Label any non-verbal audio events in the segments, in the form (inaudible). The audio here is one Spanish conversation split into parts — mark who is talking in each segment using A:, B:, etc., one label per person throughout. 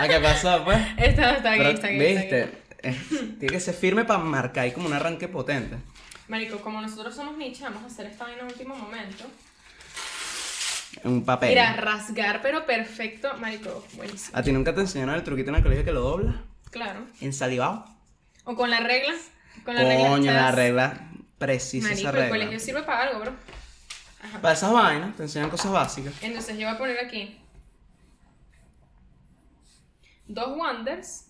A: ¿A qué pasó, pues?
B: Está, está aquí,
A: Pero,
B: está aquí. está aquí.
A: ¿Viste? Es- Tiene que ser firme para marcar ahí como un arranque potente.
B: Marico, como nosotros somos niche, vamos a hacer esta vaina en último momento.
A: En un papel.
B: Mira, rasgar, pero perfecto. Marico, buenísimo.
A: ¿A ti nunca te enseñaron el truquito en el colegio que lo dobla?
B: Claro.
A: ¿Ensalivado?
B: O con la regla. Con la regla.
A: Coño, la
B: ¿sabes?
A: regla. Precisa
B: Marico,
A: esa
B: el colegio
A: regla.
B: sirve para algo, bro.
A: Para esas vainas te enseñan cosas básicas.
B: Entonces yo voy a poner aquí dos wonders.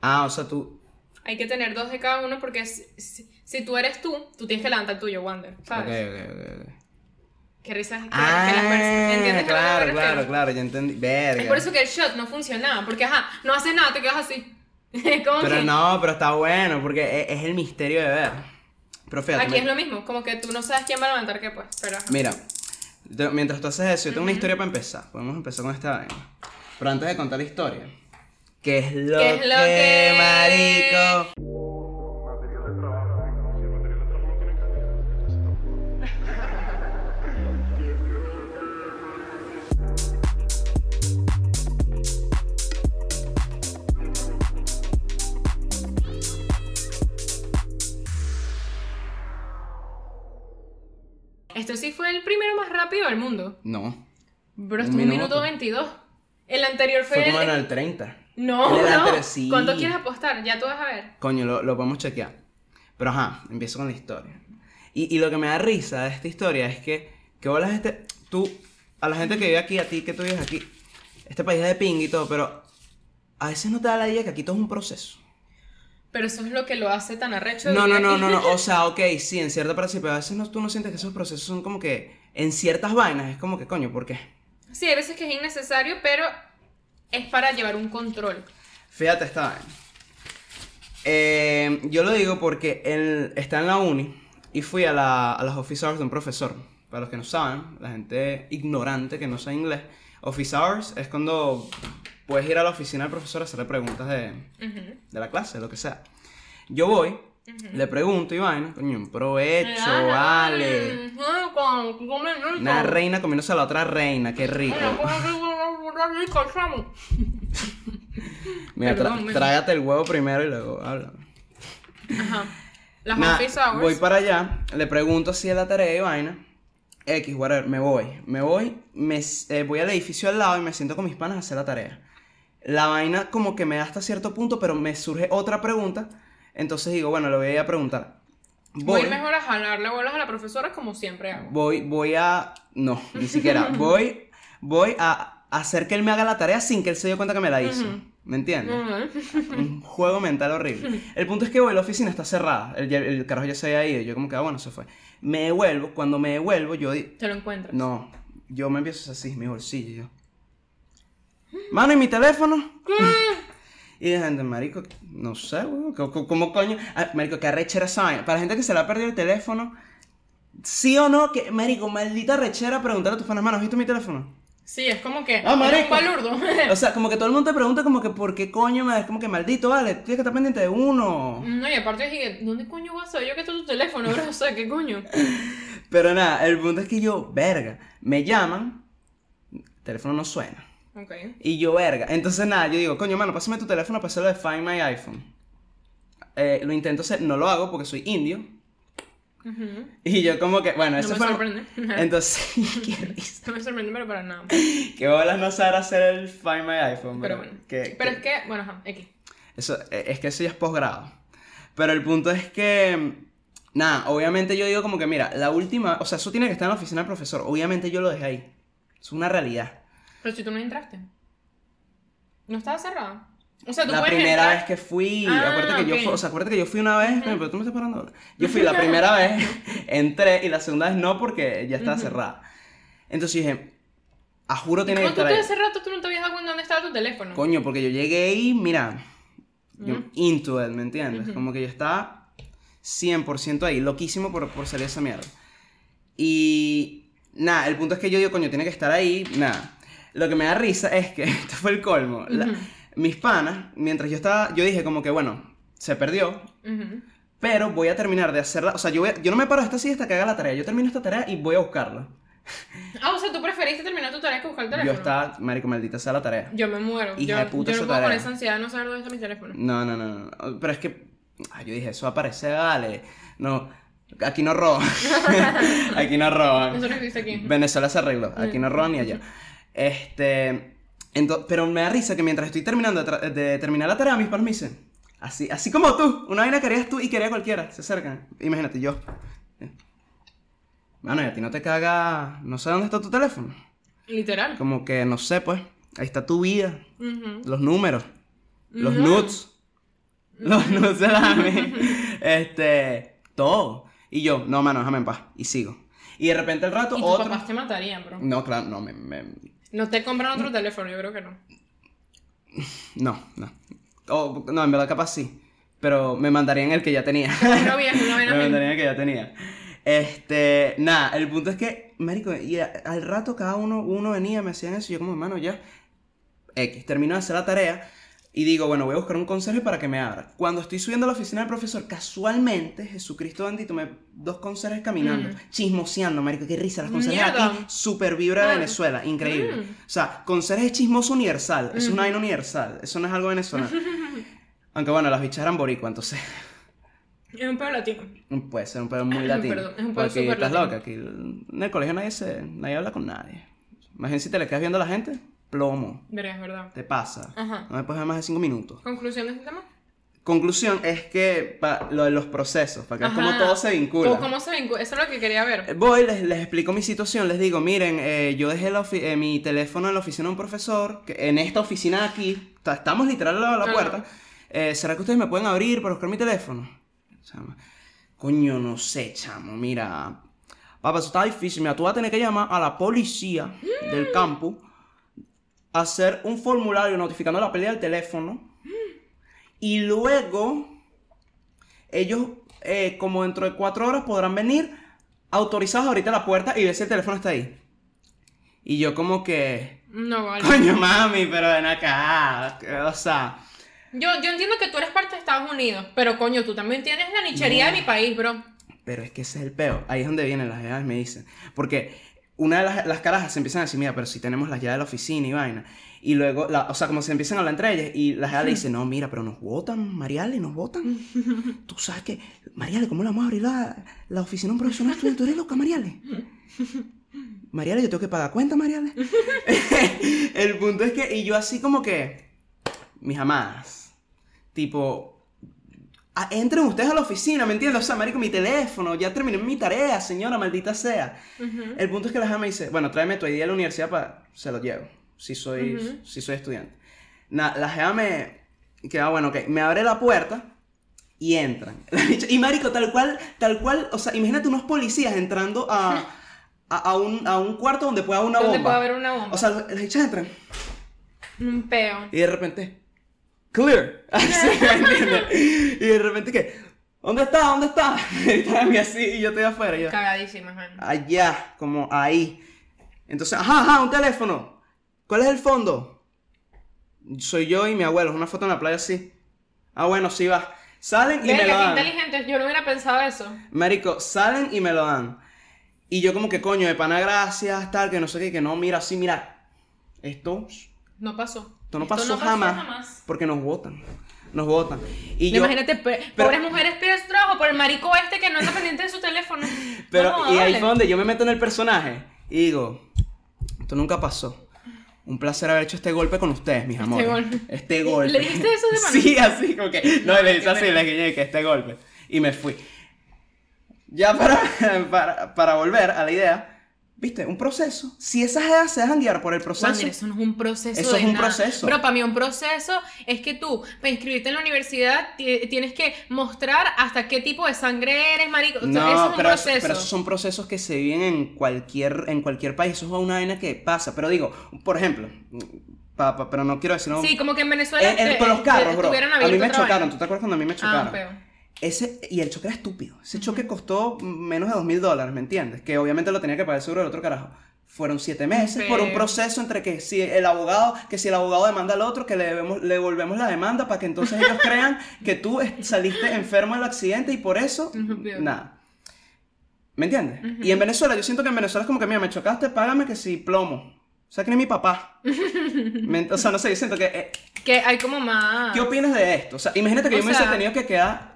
A: Ah, o sea, tú.
B: Hay que tener dos de cada uno porque si, si- si tú eres tú, tú tienes que levantar el tuyo, Wander. ¿Sabes?
A: Ok, ok, ok, ok.
B: Qué risas que, que las personas.
A: Ah,
B: ¿Entiendes a lo que
A: claro,
B: me
A: claro,
B: refiero?
A: claro, ya entendí. Verga.
B: Es por eso que el shot no funcionaba, porque ajá, no haces nada, te quedas así. como
A: Pero
B: que
A: no, pero está bueno, porque e- es, el misterio de ver. Pero fíjate,
B: aquí
A: mi-
B: es lo mismo, como que tú no sabes quién va a levantar qué pues, pero ajá.
A: mira, te- mientras tú haces eso, yo tengo una historia para empezar. Podemos empezar con esta vaina. Pero antes de contar la historia, ¿qué es lo,
B: ¿Qué es lo que-
A: marico?
C: material de trabajo. Si el material de trabajo no tiene calidad, entonces tampoco.
B: Esto sí fue el primero más rápido del mundo.
A: No,
B: Bro,
A: Un
B: esto es un
A: minuto.
B: minuto 22. El anterior fue,
A: fue como
B: el...
A: en el 30.
B: No,
A: El
B: no.
A: anterior, sí.
B: ¿Cuánto quieres apostar? Ya tú vas a ver.
A: Coño, lo, lo podemos chequear. Pero ajá, empiezo con la historia. Y, y lo que me da risa de esta historia es que, que vos la gente, tú, a la gente que vive aquí, a ti que tú vives aquí, este país es de ping y todo, pero a veces no te da la idea que aquí todo es un proceso.
B: Pero eso es lo que lo hace tan arrecho. de
A: No, no,
B: vivir
A: no,
B: aquí.
A: no, no, o sea, ok, sí, en cierta parte sí, pero a veces no, tú no sientes que esos procesos son como que, en ciertas vainas, es como que, coño, ¿por qué?
B: Sí, hay veces que es innecesario, pero es para llevar un control.
A: Fíjate esta vaina. Eh, yo lo digo porque él está en la uni y fui a, la- a las office hours de un profesor. Para los que no saben, la gente ignorante que no sabe inglés, office hours es cuando puedes ir a la oficina del profesor a hacerle preguntas de,
B: Ujú.
A: de la clase, lo que sea. Yo voy, le pregunto y vaina, coño, un provecho,
B: Ah,
A: vale.
B: ah, con- con- con- con-
A: Una reina comiéndose a la otra reina, qué rico.
B: Bueno, con- con- con- con- con- con- chamo.
A: Mira, tra-
B: pues, perdón, mira.
A: trágate el huevo primero y luego háblame.
B: Ajá. Las
A: Nah,
B: office hours.
A: Voy para allá, le pregunto si es la tarea y vaina. X, whatever, me voy. Me voy, me, s- eh, voy al edificio al lado y me siento con mis panas a hacer la tarea. La vaina como que me da hasta cierto punto, pero me surge otra pregunta. Entonces digo, bueno, lo voy a ir a preguntar.
B: Voy
A: Voy,
B: mejor a jalarle bolas a la profesora como siempre hago.
A: voy, voy a... No, ni
B: (laughs)
A: siquiera. voy, voy a hacer que él me haga la tarea sin que él se dio cuenta que me la hizo.
B: Ujú.
A: ¿Me entiendes?
B: Ujú.
A: un juego mental horrible. El punto es que, voy, la oficina está cerrada. El, el carajo ya se había ido. Yo como que, ah, bueno, se fue. Me devuelvo. Cuando me devuelvo, yo... di-
B: Te lo encuentras.
A: No, yo me empiezo así, mi bolsillo. Yo. Mano, ¿y mi teléfono? Y de gente, marico, no sé, weón, co- co- ¿cómo coño? Ah, marico, qué arrechera esa vaina. Para la gente que se le ha perdido el teléfono, ¿sí o no? Que, marico, maldita rechera preguntarle a tus panas, mano, ¿has visto mi teléfono?
B: Sí, es como que.
A: Ah, marico.
B: Un palurdo.
A: (laughs) O sea, como que todo el mundo te pregunta como que, ¿por qué coño? me- Es como que, maldito, vale, tienes que estar pendiente de uno.
B: No, y aparte dije, ¿dónde coño vas a saber yo que está tu teléfono, bro? O sea, ¿qué coño?
A: Pero nada, el punto es que yo, verga, me llaman, el teléfono no suena.
B: Ok.
A: Y yo, verga. Entonces nada, yo digo, coño, mano, pásame tu teléfono para hacerlo de Find My iPhone. Eh, lo intento hacer, no lo hago porque soy indio. (laughs)
B: Ujú.
A: Y yo como que, bueno,
B: No
A: eso
B: me
A: fue...
B: sorprende.
A: (laughs) Entonces, (laughs) qué risa.
B: (laughs) No me sorprende, pero para nada.
A: Que bolas no saber hacer el Find My iPhone.
B: Pero
A: bro.
B: bueno.
A: Que-
B: pero
A: que-
B: es que, bueno, ajá, X.
A: Eso, eh, es que eso ya es posgrado. Pero el punto es que, nada, obviamente yo digo como que, mira, la última, o sea, eso tiene que estar en la oficina del profesor. Obviamente yo lo dejé ahí. Es una realidad.
B: Pero si tú no entraste. No estaba cerrada. O (laughs) sea, tú
A: La
B: puedes
A: primera
B: entrar-
A: vez que fui,
B: Ah,
A: acuérdate que yo
B: ok.
A: fui, o sea, acuérdate que yo fui una vez, coño, pero tú me estás parando. ahora. Yo fui
B: (laughs)
A: la primera vez, (laughs) entré y la segunda vez no porque ya estaba cerrada. Entonces dije, a juro tiene que
B: Como tú
A: estar
B: todo
A: ahí.
B: ese rato tú no te habías dado cuenta dónde estaba tu teléfono.
A: Coño, porque yo llegué y mira, yo
B: Mm.
A: into it, ¿me entiendes?
B: Ujú.
A: Como que yo estaba 100% ahí, loquísimo por, por salir de esa mierda. Y nada, el punto es que yo digo, coño, tiene que estar ahí, nada. Lo que me da risa es que (laughs) esto fue el colmo. La-
B: Ujú.
A: mis panas, mientras yo estaba, yo dije como que, bueno, se perdió,
B: Ujú.
A: Pero voy a terminar de hacerla. O sea, yo, voy a- yo no me paro de esta silla hasta que haga la tarea. Yo termino esta tarea y voy a buscarla.
B: Ah, o sea, tú preferiste terminar tu tarea que buscar el
A: Yo
B: teléfono.
A: estaba, marico, maldita sea la tarea.
B: Yo me muero.
A: Hija
B: yo,
A: de puta,
B: yo
A: su
B: no puedo con
A: tarea.
B: esa ansiedad de no saber dónde está mi teléfono.
A: No, no, no, no, no. Pero es que. ay, yo dije, eso aparece, vale. No, aquí no roban. (laughs) aquí no roban.
B: Nosotros viviste aquí.
A: Venezuela se arregló. Aquí no roban ni allá. Este. ento- pero me da risa que mientras estoy terminando de, tra- de terminar la tarea, mis padres me dicen. Así, así como tú. Una vaina que harías tú y quería cualquiera. Se acercan. Imagínate, yo. eh, Mano, y a ti no te caga. No sé dónde está tu teléfono.
B: Literal.
A: Como que no sé, pues. Ahí está tu vida.
B: Ujú.
A: Los números. Los
B: Ujú.
A: nudes. Los nudes
B: (laughs)
A: de la AME. Este. Todo. Y yo, no, mano, déjame en paz. Y sigo. Y de repente al rato,
B: Y tus
A: otro.
B: papás te matarían, bro.
A: No, claro, no, me, me-
B: No te compran otro teléfono, yo creo que no.
A: No, no. O, no, en verdad capaz sí. Pero me mandarían el que ya tenía.
B: Una vieja,
A: (laughs)
B: una
A: me
B: vaina
A: mandarían
B: así.
A: el que ya tenía. Este, nada, el punto es que, marico, y a- al rato cada uno, uno venía, me hacían eso, y yo como, hermano, ya, X, termino de hacer la tarea, y digo, bueno, voy a buscar un conserje para que me abra. Cuando estoy subiendo a la oficina del profesor, casualmente, Jesucristo bendito, me dos conserjes caminando,
B: Mm.
A: chismoseando, marico, qué risa, las conserjes
B: Mierda.
A: aquí, super vibra de
B: Ah.
A: Venezuela, increíble.
B: Mm.
A: O sea, conserje es chismoso universal. Es
B: Ujú.
A: una vaina universal. Eso no es algo
B: (laughs)
A: venezolano. Aunque bueno, las bichas eran boricua, entonces
B: Es un pedo latino.
A: puede ser un pedo
B: (coughs)
A: muy latino.
B: Perdón, es un pedo
A: Porque
B: súper
A: estás
B: latino.
A: loca, aquí en el colegio nadie, se, nadie habla con nadie. Imagínate si te le quedas viendo a la gente, plomo,
B: Verás, ¿verdad?
A: te pasa.
B: Ajá.
A: No me puedes ver más de cinco minutos.
B: ¿Conclusión de este tema?
A: Conclusión es que pa- lo de los procesos, para que veas cómo
B: Ajá.
A: todo se vincula.
B: ¿Cómo- ¿Cómo se vincula? Eso es lo que quería ver.
A: Voy, les, les explico mi situación, les digo, miren, eh, yo dejé la ofi- eh, mi teléfono en la oficina de un profesor, que en esta oficina de aquí, ta- estamos literal al lado de la
B: Ajá.
A: puerta, eh, ¿será que ustedes me pueden abrir para buscar mi teléfono? Chama, Coño, no sé, chamo, mira, papá, eso está difícil, mira, tú vas a tener que llamar a la policía del campo, hacer un formulario notificando la pérdida del teléfono, y luego ellos, eh, como dentro de cuatro horas, podrán venir autorizados ahorita a la puerta y ver si el teléfono está ahí. Y yo como que... (laughs)
B: No, vale.
A: Coño, mami, pero ven acá. O sea...
B: Yo, yo entiendo que tú eres parte de Estados Unidos, pero coño, tú también tienes la nichería de mi país, bro.
A: Pero es que ese es el peo. Ahí es donde vienen las llaves, me dicen. Porque una de las, las carajas se empiezan a decir, mira, pero si tenemos las llaves de la oficina y vaina. Y luego, la- o sea, como se empiezan a hablar entre ellas, y las llaves le dicen, no, mira, pero nos votan, Mariale, nos votan. Tú sabes que, Mariale, ¿cómo le vamos a abrir la, la oficina a un profesor a un estudiante? ¿Tú eres loca, Mariale? Mariale, yo tengo que pagar cuenta, Mariale. (laughs) el punto es que, y yo así como que, mis amadas, tipo, a- Ah, entren ustedes a la oficina, ¿me entiendes? O sea, marico, mi teléfono, ya terminé mi tarea, señora, maldita sea.
B: Ujú.
A: El punto es que la jefa me dice, bueno, tráeme tu ID a la universidad para... Se lo llevo, si soy,
B: Ujú.
A: si soy estudiante. Nada, la jefa me... Que ah, bueno, ok, me abre la puerta y entran. (laughs) y marico, tal cual, tal cual, o sea, imagínate unos policías entrando a, a, a un, a un cuarto donde pueda haber una
B: ¿Dónde
A: bomba.
B: puede haber una bomba?
A: O sea, las hechas entran
B: Un peo.
A: y de repente, clear. (laughs) Así, ¿me entiendes? Y de repente, ¿qué? ¿Dónde está? ¿Dónde está? (laughs) Estaban así y yo estoy afuera. y yo,
B: Cagadísima, man.
A: allá, como ahí. Entonces, ajá, ajá, un teléfono. ¿Cuál es el fondo? Soy yo y mi abuelo, una foto en la playa así. Ah, bueno, sí va. Salen y me lo
B: Verga, qué
A: dan.
B: inteligentes, yo no hubiera pensado eso.
A: Marico, salen y me lo dan. Y yo como que coño, de pana gracias, tal, que no sé qué, que no, mira, sí, mira. Esto, esto
B: No pasó.
A: no pasó, jamás, Porque nos votan. Nos votan. Y yo,
B: Imagínate, pe-
A: pero-
B: pobres mujeres piden trabajo por el marico este que no está pendiente de su teléfono.
A: Pero,
B: No,
A: y ahí
B: vale.
A: fue donde yo me meto en el personaje y digo, esto nunca pasó. Un placer haber hecho este golpe con ustedes, mis amores.
B: golpe.
A: Este golpe.
B: ¿Le dijiste eso
A: (laughs)
B: de mano?
A: Sí, así como que. No, le hice
B: qué
A: así,
B: pena.
A: le guiñé que este golpe. Y me fui. Ya para, (laughs) para, para volver a la idea, ¿viste? Un proceso. Si esas edades se dejan guiar por el proceso.
B: Wander, eso no es un proceso.
A: Eso
B: de
A: es un
B: nada.
A: proceso.
B: Pero para mí un proceso es que tú, para inscribirte en la universidad, ti- tienes que mostrar hasta qué tipo de sangre eres, marico. O sea,
A: No,
B: eso es un
A: pero,
B: proceso.
A: pero esos son procesos que se viven en cualquier, en cualquier país. Eso es una vaina que pasa. Pero digo, por ejemplo, mm, pa- pa- pero no quiero decir. no-
B: Sí, como que en Venezuela.
A: Eh, eh,
B: te-
A: con los
B: te-
A: carros, bro.
B: tuvieron
A: A mí
B: abierto
A: me
B: otra
A: chocaron. ¿Tú
B: vaina.
A: te acuerdas cuando a mí me
B: Ah,
A: chocaron?
B: peo.
A: Ese, y el choque era estúpido. Ese choque costó menos de dos mil dólares, ¿me entiendes? Que obviamente lo tenía que pagar el seguro del otro carajo. Fueron siete meses por un
B: Pero-
A: proceso entre que si el abogado, que si el abogado demanda al otro, que le, debemos, le devolvemos la demanda para que entonces ellos crean que tú es- saliste enfermo del accidente y por eso,
B: No, peor.
A: nada. ¿Me entiendes? Y en Venezuela, yo siento que en Venezuela es como que, mira, me chocaste, págame que si plomo. O sea, que ni mi papá. Me ent- o sea, no sé, yo siento que... eh,
B: Que hay como más.
A: ¿Qué opinas de esto? O sea, imagínate que
B: O
A: yo me hubiese
B: sea-
A: tenido que quedar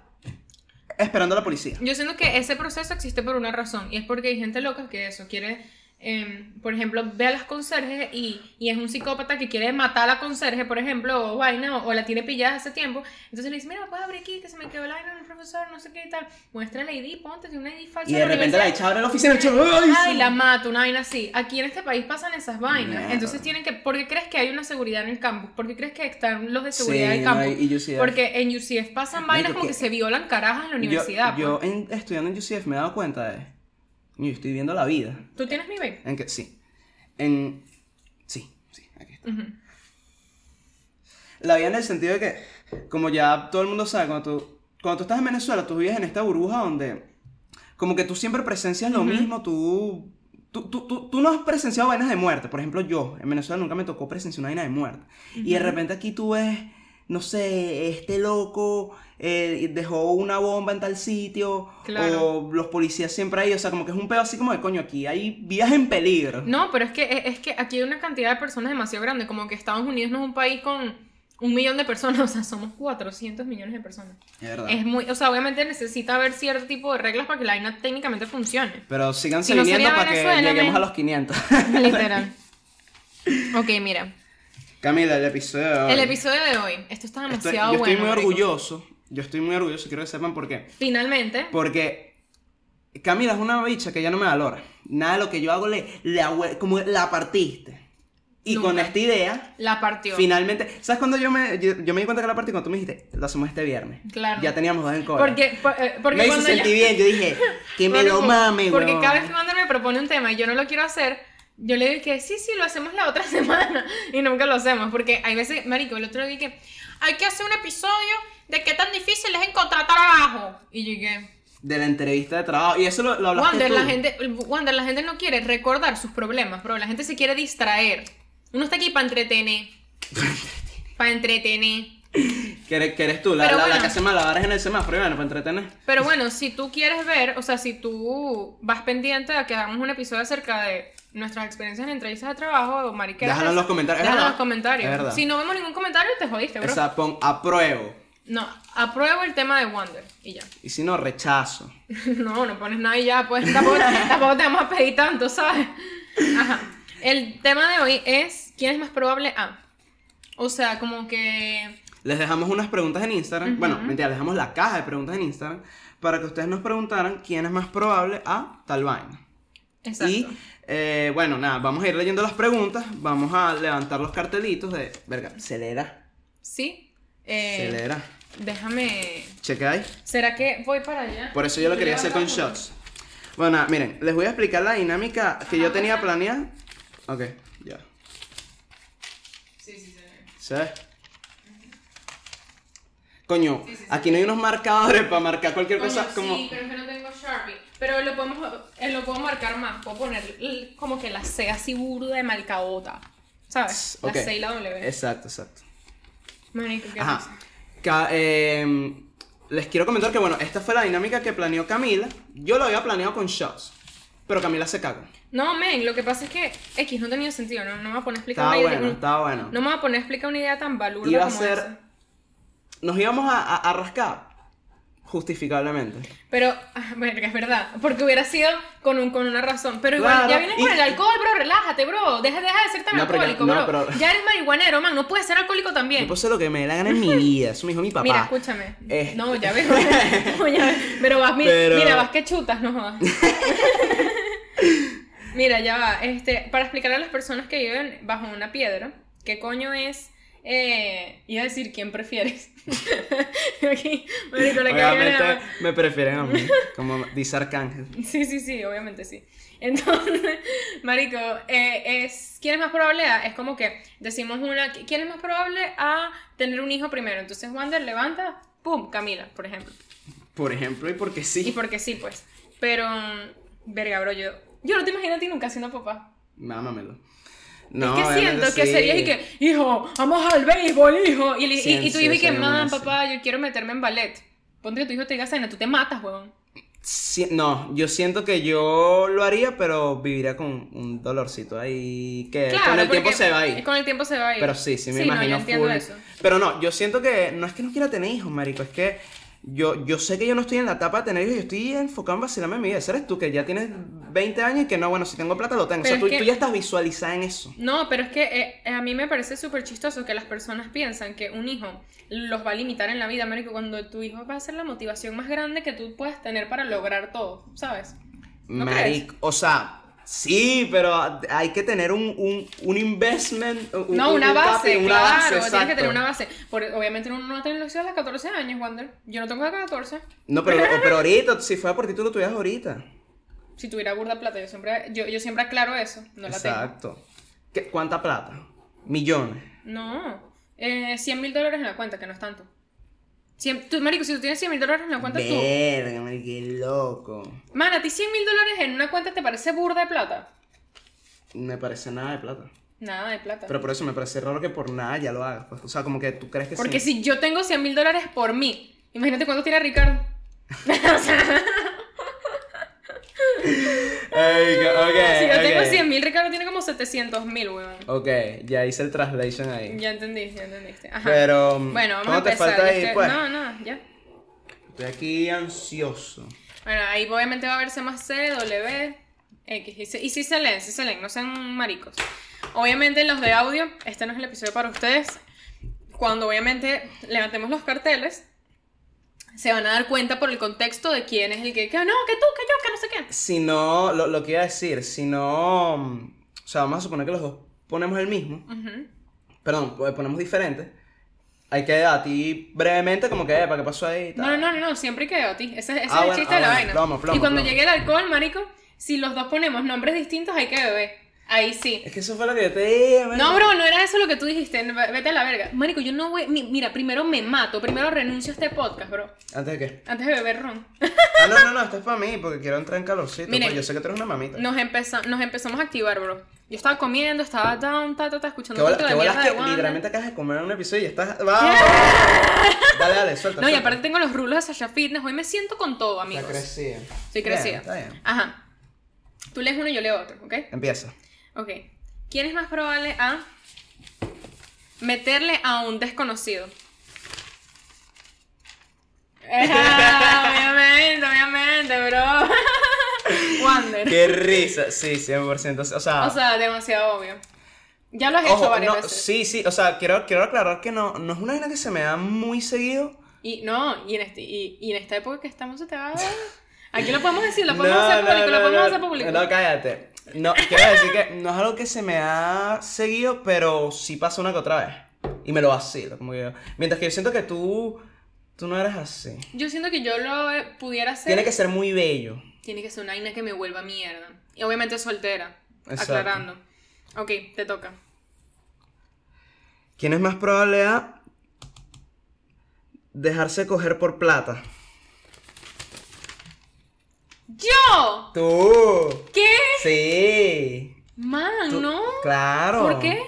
A: esperando a la policía.
B: Yo siento que ese proceso existe por una razón y es porque hay gente loca que eso quiere, em, por ejemplo, ve a las conserjes y, y es un psicópata que quiere matar a la conserje, por ejemplo, o vaina, o, o la tiene pillada hace tiempo. Entonces le dice, mira, puedes abrir aquí, que se me quedó la vaina del profesor, no sé qué y tal. Muestra el ID, ponte, tiene un ID falso.
A: Y
B: en
A: de
B: la
A: repente la
B: universidad".
A: hecha abre la oficina y chavo, ¡ay!
B: Ay,
A: sí!
B: la mato, una vaina así. Aquí en este país pasan esas vainas.
A: Mierda.
B: Entonces tienen que. ¿Por qué crees que hay una seguridad en el campus? ¿Por qué crees que están los de seguridad
A: Sí,
B: en el
A: no,
B: campus?
A: y UCF.
B: Porque en UCF pasan vainas
A: Marico,
B: como que,
A: que-
B: se violan carajas en
A: Yo-
B: la universidad.
A: Yo,
B: pues.
A: en- estudiando en UCF me he dado cuenta de... Yo estoy viendo la vida.
B: ¿Tú tienes nivel?
A: En que, sí. En... Sí, sí, aquí está.
B: Ujú.
A: La vida en el sentido de que, como ya todo el mundo sabe, cuando tú, cuando tú estás en Venezuela, tú vives en esta burbuja donde como que tú siempre presencias lo mismo, tú, tú, tú, tú, tú no has presenciado vainas de muerte. Por ejemplo, yo en Venezuela nunca me tocó presenciar una vaina de muerte. Y de repente aquí tú ves, no sé, este loco eh, dejó una bomba en tal sitio,
B: Claro.
A: o los policías siempre ahí, o sea, como que es un pedo así como de coño, aquí hay vidas en peligro.
B: No, pero es que, es- es que aquí hay una cantidad de personas demasiado grande. Como que Estados Unidos no es un país con un millón de personas. (laughs) O sea, somos 400 millones de personas.
A: Es verdad.
B: Es muy. O sea, obviamente necesita haber cierto tipo de reglas para que la vaina
A: (laughs)
B: técnicamente funcione.
A: Pero síganse
B: Si no
A: viniendo
B: sería
A: para que
B: Venezuela,
A: lleguemos
B: men.
A: a los 500.
B: Literal. Ok, mira.
A: Camila, el episodio de hoy.
B: El episodio de hoy. Esto está
A: Estoy-
B: demasiado
A: yo
B: bueno.
A: estoy muy
B: marico.
A: orgulloso. Yo estoy muy orgulloso, quiero que sepan por qué.
B: Finalmente.
A: Porque Camila es una bicha que ya no me valora. Nada de lo que yo hago le, le ahue- como la partiste. Y
B: Nunca.
A: con esta idea,
B: La partió.
A: finalmente. ¿Sabes cuando yo me, yo, yo me di cuenta que la partí? Cuando tú me dijiste, lo hacemos este viernes.
B: Claro.
A: Ya teníamos dos en cola.
B: Porque, por- eh, porque
A: me hizo
B: cuando ya-
A: sentir bien. Yo dije,
B: (laughs)
A: que me lo
B: Marico,
A: mame,
B: Porque
A: weón.
B: cada vez que Wander me propone un tema y yo no lo quiero hacer, yo le digo que sí, sí, lo hacemos la otra (laughs) semana. Y nunca lo hacemos. Porque hay veces, Marico, el otro día que hay que hacer un episodio de qué tan difícil es encontrar trabajo. Y yo dije,
A: De la entrevista de trabajo. Y eso lo, lo hablaste
B: Wander,
A: tú.
B: la gente, Wander, la gente no quiere recordar sus problemas, pero la gente se quiere distraer. Uno está aquí
A: (laughs)
B: para entretener. para entretener.
A: Que eres, que eres tú, la,
B: Pero
A: la- la
B: bueno.
A: que hace malabares en el semáforo. Y bueno, para entretener.
B: Pero bueno, si tú quieres ver, o sea, si tú vas pendiente de que hagamos un episodio acerca de nuestras experiencias en entrevistas de trabajo o mariqueras.
A: Déjalo en los comentarios, es
B: Déjalo en
A: verdad,
B: los comentarios.
A: es verdad.
B: Si no vemos ningún comentario, te jodiste, bro.
A: O sea, pon apruebo.
B: No, apruebo el tema de Wander y ya. (laughs)
A: Y si no, rechazo.
B: no, no pones nada y ya, pues tampoco, tampoco te vamos a pedir tanto, ¿sabes? Ajá. El tema de hoy es ¿quién es más probable a? O sea, como que
A: Les dejamos unas preguntas en Instagram.
B: Ujú.
A: Bueno, mentira, les dejamos la caja de preguntas en Instagram para que ustedes nos preguntaran quién es más probable a tal vaina.
B: exacto.
A: Y eh, bueno, nada, vamos a ir leyendo las preguntas. Vamos a levantar los cartelitos de. Verga, acelera.
B: Sí. eh,
A: Acelera.
B: déjame
A: Checa ahí.
B: ¿Será que voy para allá?
A: Por eso yo lo quería hacer con shots. Bueno, nada, miren, les voy a explicar la dinámica que yo tenía planeada. Ok, ya.
B: Sí, sí, sí.
A: ¿Sabes? Coño, aquí no hay unos marcadores para marcar cualquier cosa. como...
B: Sí, pero es que no tengo Sharpie. Pero lo, podemos, eh, lo puedo marcar más. Puedo poner l- como que la C así burda de malcabota. ¿Sabes? La
A: Ok.
B: C y la W.
A: Exacto, exacto.
B: Marico, ¿qué
A: Ajá.
B: pasa?
A: Ca- em, les quiero comentar que, bueno, esta fue la dinámica que planeó Camila. Yo lo había planeado con shots, pero Camila se cagó.
B: No, men, lo que pasa es que X no tenía sentido. No, no me voy a poner a explicar
A: Estaba
B: una idea.
A: bueno, estaba bueno.
B: No me voy a poner a explicar una idea tan balurda
A: Iba a
B: como
A: ser-
B: esa.
A: Nos íbamos a, a- a rascar, justificablemente.
B: Pero, ah, verga, es verdad. Porque hubiera sido con, un, con una razón. Pero igual,
A: Claro,
B: ya vienes con
A: y-
B: el alcohol, bro. Relájate, bro. Deja, deja de ser tan
A: No, pero ya-
B: alcohólico,
A: no,
B: bro.
A: pero-
B: Ya eres marihuanero, man. No puedes ser alcohólico
A: Yo
B: también.
A: puse lo que me dé la gana
B: (laughs)
A: en mi vida, eso me dijo mi papá.
B: Mira, escúchame.
A: Este-
B: No,
A: (laughs)
B: ya veo. No, ya veo. Pero vas, mi-
A: Pero-
B: mira, vas que chutas, no jodas. (laughs) mira, ya va. Este, para explicar a las personas que viven bajo una piedra, ¿qué coño es? Eh, iba a decir, ¿quién prefieres? (laughs) Aquí, marico, la cara
A: Obviamente
B: de-
A: me prefieren a mí, como dice Arcángel.
B: (laughs) Sí, sí, sí, obviamente sí. Entonces, (laughs) Marico, eh, es, ¿quién es más probable a? Es como que decimos una, ¿quién es más probable a tener un hijo primero? Entonces, Wander levanta, ¡pum! Camila, por ejemplo.
A: Por ejemplo, y porque sí.
B: mm, Y porque sí, pues. Pero, verga, bro, yo, yo no te imagino a ti nunca siendo papá.
A: Mámamelo. No,
B: es que siento
A: obviamente
B: que
A: sí.
B: sería y que, hijo, vamos al béisbol, hijo. Y, le- y-
A: Sí,
B: y tú
A: sí,
B: dices que,
A: sería
B: mamá,
A: bueno, sí.
B: papá, yo quiero meterme en ballet. Ponte que tu hijo te diga cena, tú te matas, weón.
A: Sí, no, yo siento que yo lo haría, pero viviría con un dolorcito ahí que Eh, con el tiempo
B: porque
A: se va ahí.
B: Con el tiempo se va a ir.
A: Pero sí, sí me
B: no, yo
A: imagino
B: entiendo
A: full.
B: eso.
A: Pero no, yo siento que no es que no quiera tener hijos, marico, es que yo, yo sé que yo no estoy en la etapa de tener hijos, yo estoy enfocado en vacilarme en mi vida. Ese eres tú que ya tienes 20 años y que no, bueno, si tengo plata lo tengo.
B: Pero
A: o sea, tú,
B: es que-
A: tú ya estás visualizada en eso.
B: No, pero es que eh, a mí me parece súper chistoso que las personas piensan que un hijo los va a limitar en la vida, marico, cuando tu hijo va a ser la motivación más grande que tú puedas tener para lograr todo, ¿sabes? ¿No crees?
A: marico, o sea, sí, pero hay que tener un, un, un investment. un-
B: No,
A: un-
B: una
A: un
B: base,
A: capi- una base,
B: claro, tienes que
A: exacto.
B: tener una base. Por- obviamente uno no tiene noción a los 14 años, Wander. Yo no tengo de 14.
A: No,
B: (laughs)
A: pero, pero ahorita, si fuera por ti, tú lo tuvieras ahorita.
B: Si tuviera burda plata, yo siempre, yo, yo siempre aclaro eso, no la
A: Exacto. ¿Qué- ¿Cuánta plata? Millones.
B: tengo. No, eh, 100 mil dólares en la cuenta, que no es tanto. Cien- tú, marico, si tú tienes 100 mil dólares en la cuenta, tú...
A: Verga, marico, qué loco.
B: Man, ¿a ti 100 mil dólares en una cuenta te parece burda de plata?
A: Me parece nada de plata.
B: Nada de plata.
A: Pero por eso me parece raro que por nada ya lo hagas. pues. O sea, como que tú crees que
B: Porque
A: sí.
B: si yo tengo 100 mil dólares por mí, imagínate cuánto tiene Ricardo. O sea,
A: Ay, ok,
B: si yo tengo
A: ok.
B: 100 mil, Ricardo tiene como 700 mil, weón.
A: Ok, ya hice el translation ahí.
B: Ya entendí, ya entendiste. Ajá.
A: Pero. mm,
B: bueno, vamos a
A: ¿cómo te
B: empezar.
A: falta
B: yo
A: ahí,
B: estoy-
A: pues?
B: No, no, ya.
A: Estoy aquí ansioso.
B: Bueno, ahí obviamente va a verse más C, W, X. Y, si- y si se leen, si se leen, no sean maricos. Obviamente los de audio, este no es el episodio para ustedes. Cuando obviamente levantemos los carteles, se van a dar cuenta por el contexto de quién es el que, que no, que tú, que yo, que no sé qué.
A: Si no, lo, lo que iba a decir, si no. mm, O sea, vamos a suponer que los dos ponemos el mismo.
B: Ujú.
A: Perdón, pues, ponemos diferente. Hay que a ti brevemente, como que, para qué pasó ahí? y
B: No, no,
A: tal.
B: no, no, no, siempre quedó, ti. Ese, ese
A: Ah,
B: es el
A: bueno,
B: chiste
A: ah,
B: de la
A: bueno,
B: vaina.
A: plomo, plomo,
B: y cuando
A: plomo.
B: llegue el alcohol, marico, si los dos ponemos nombres distintos, hay que beber. Ahí sí.
A: Es que eso fue lo que yo te dije, marico.
B: No, bro, no era eso lo que tú dijiste. no, Vete a la verga. Marico, yo no voy. mi- mira, primero me mato. Primero renuncio a este podcast, bro.
A: ¿Antes de qué?
B: Antes de beber ron.
A: Ah, no, no, no, esto es para mí, porque quiero entrar en calorcito.
B: Miren.
A: pues, yo sé que tú eres una mamita.
B: Nos, empeza- nos empezamos a activar, bro. Yo estaba comiendo, estaba down, ta, ta, ta, escuchando
A: Que bola,
B: poquito
A: que
B: de
A: bolas
B: mierda
A: que
B: de Wanda.
A: literalmente acabas de comer un episodio y ya
B: (laughs)
A: estás. ¡Vamos! Dale, dale, suelta.
B: No, y
A: suelta.
B: aparte tengo los rulos de Sasha Fitness. Hoy me siento con todo, amigos.
A: Está crecida.
B: Estoy crecida.
A: Bien, está bien.
B: Ajá. Tú lees uno y yo leo otro, ¿ok?
A: Empieza.
B: Ok. ¿Quién es más probable a meterle a un desconocido? Ejá, obviamente, obviamente, bro. Wander.
A: Qué risa. Sí, 100%. O sea.
B: O sea, demasiado obvio. Ya lo has hecho
A: ojo,
B: varias
A: no,
B: veces.
A: sí, sí. O sea, quiero, quiero aclarar que no, no es una vaina que se me da muy seguido.
B: Y no, y en, este, y, y en esta época que estamos se te va a... Aquí lo podemos decir, lo podemos hacer público, lo podemos hacer público.
A: No, cállate. No, quiero decir que no es algo que se me ha seguido, pero sí pasa una que otra vez. Y me lo vacilo, como que yo- Mientras que yo siento que tú, tú no eres así.
B: Yo siento que yo lo eh, pudiera hacer.
A: Tiene que ser muy bello.
B: Tiene que ser una vaina que me vuelva mierda. Y obviamente soltera.
A: Exacto.
B: Aclarando. Ok, te toca.
A: ¿Quién es más probable a dejarse coger por plata?
B: ¡Yo!
A: Tú.
B: ¿Qué?
A: Sí.
B: Man,
A: Tú-
B: no.
A: Claro.
B: ¿Por qué?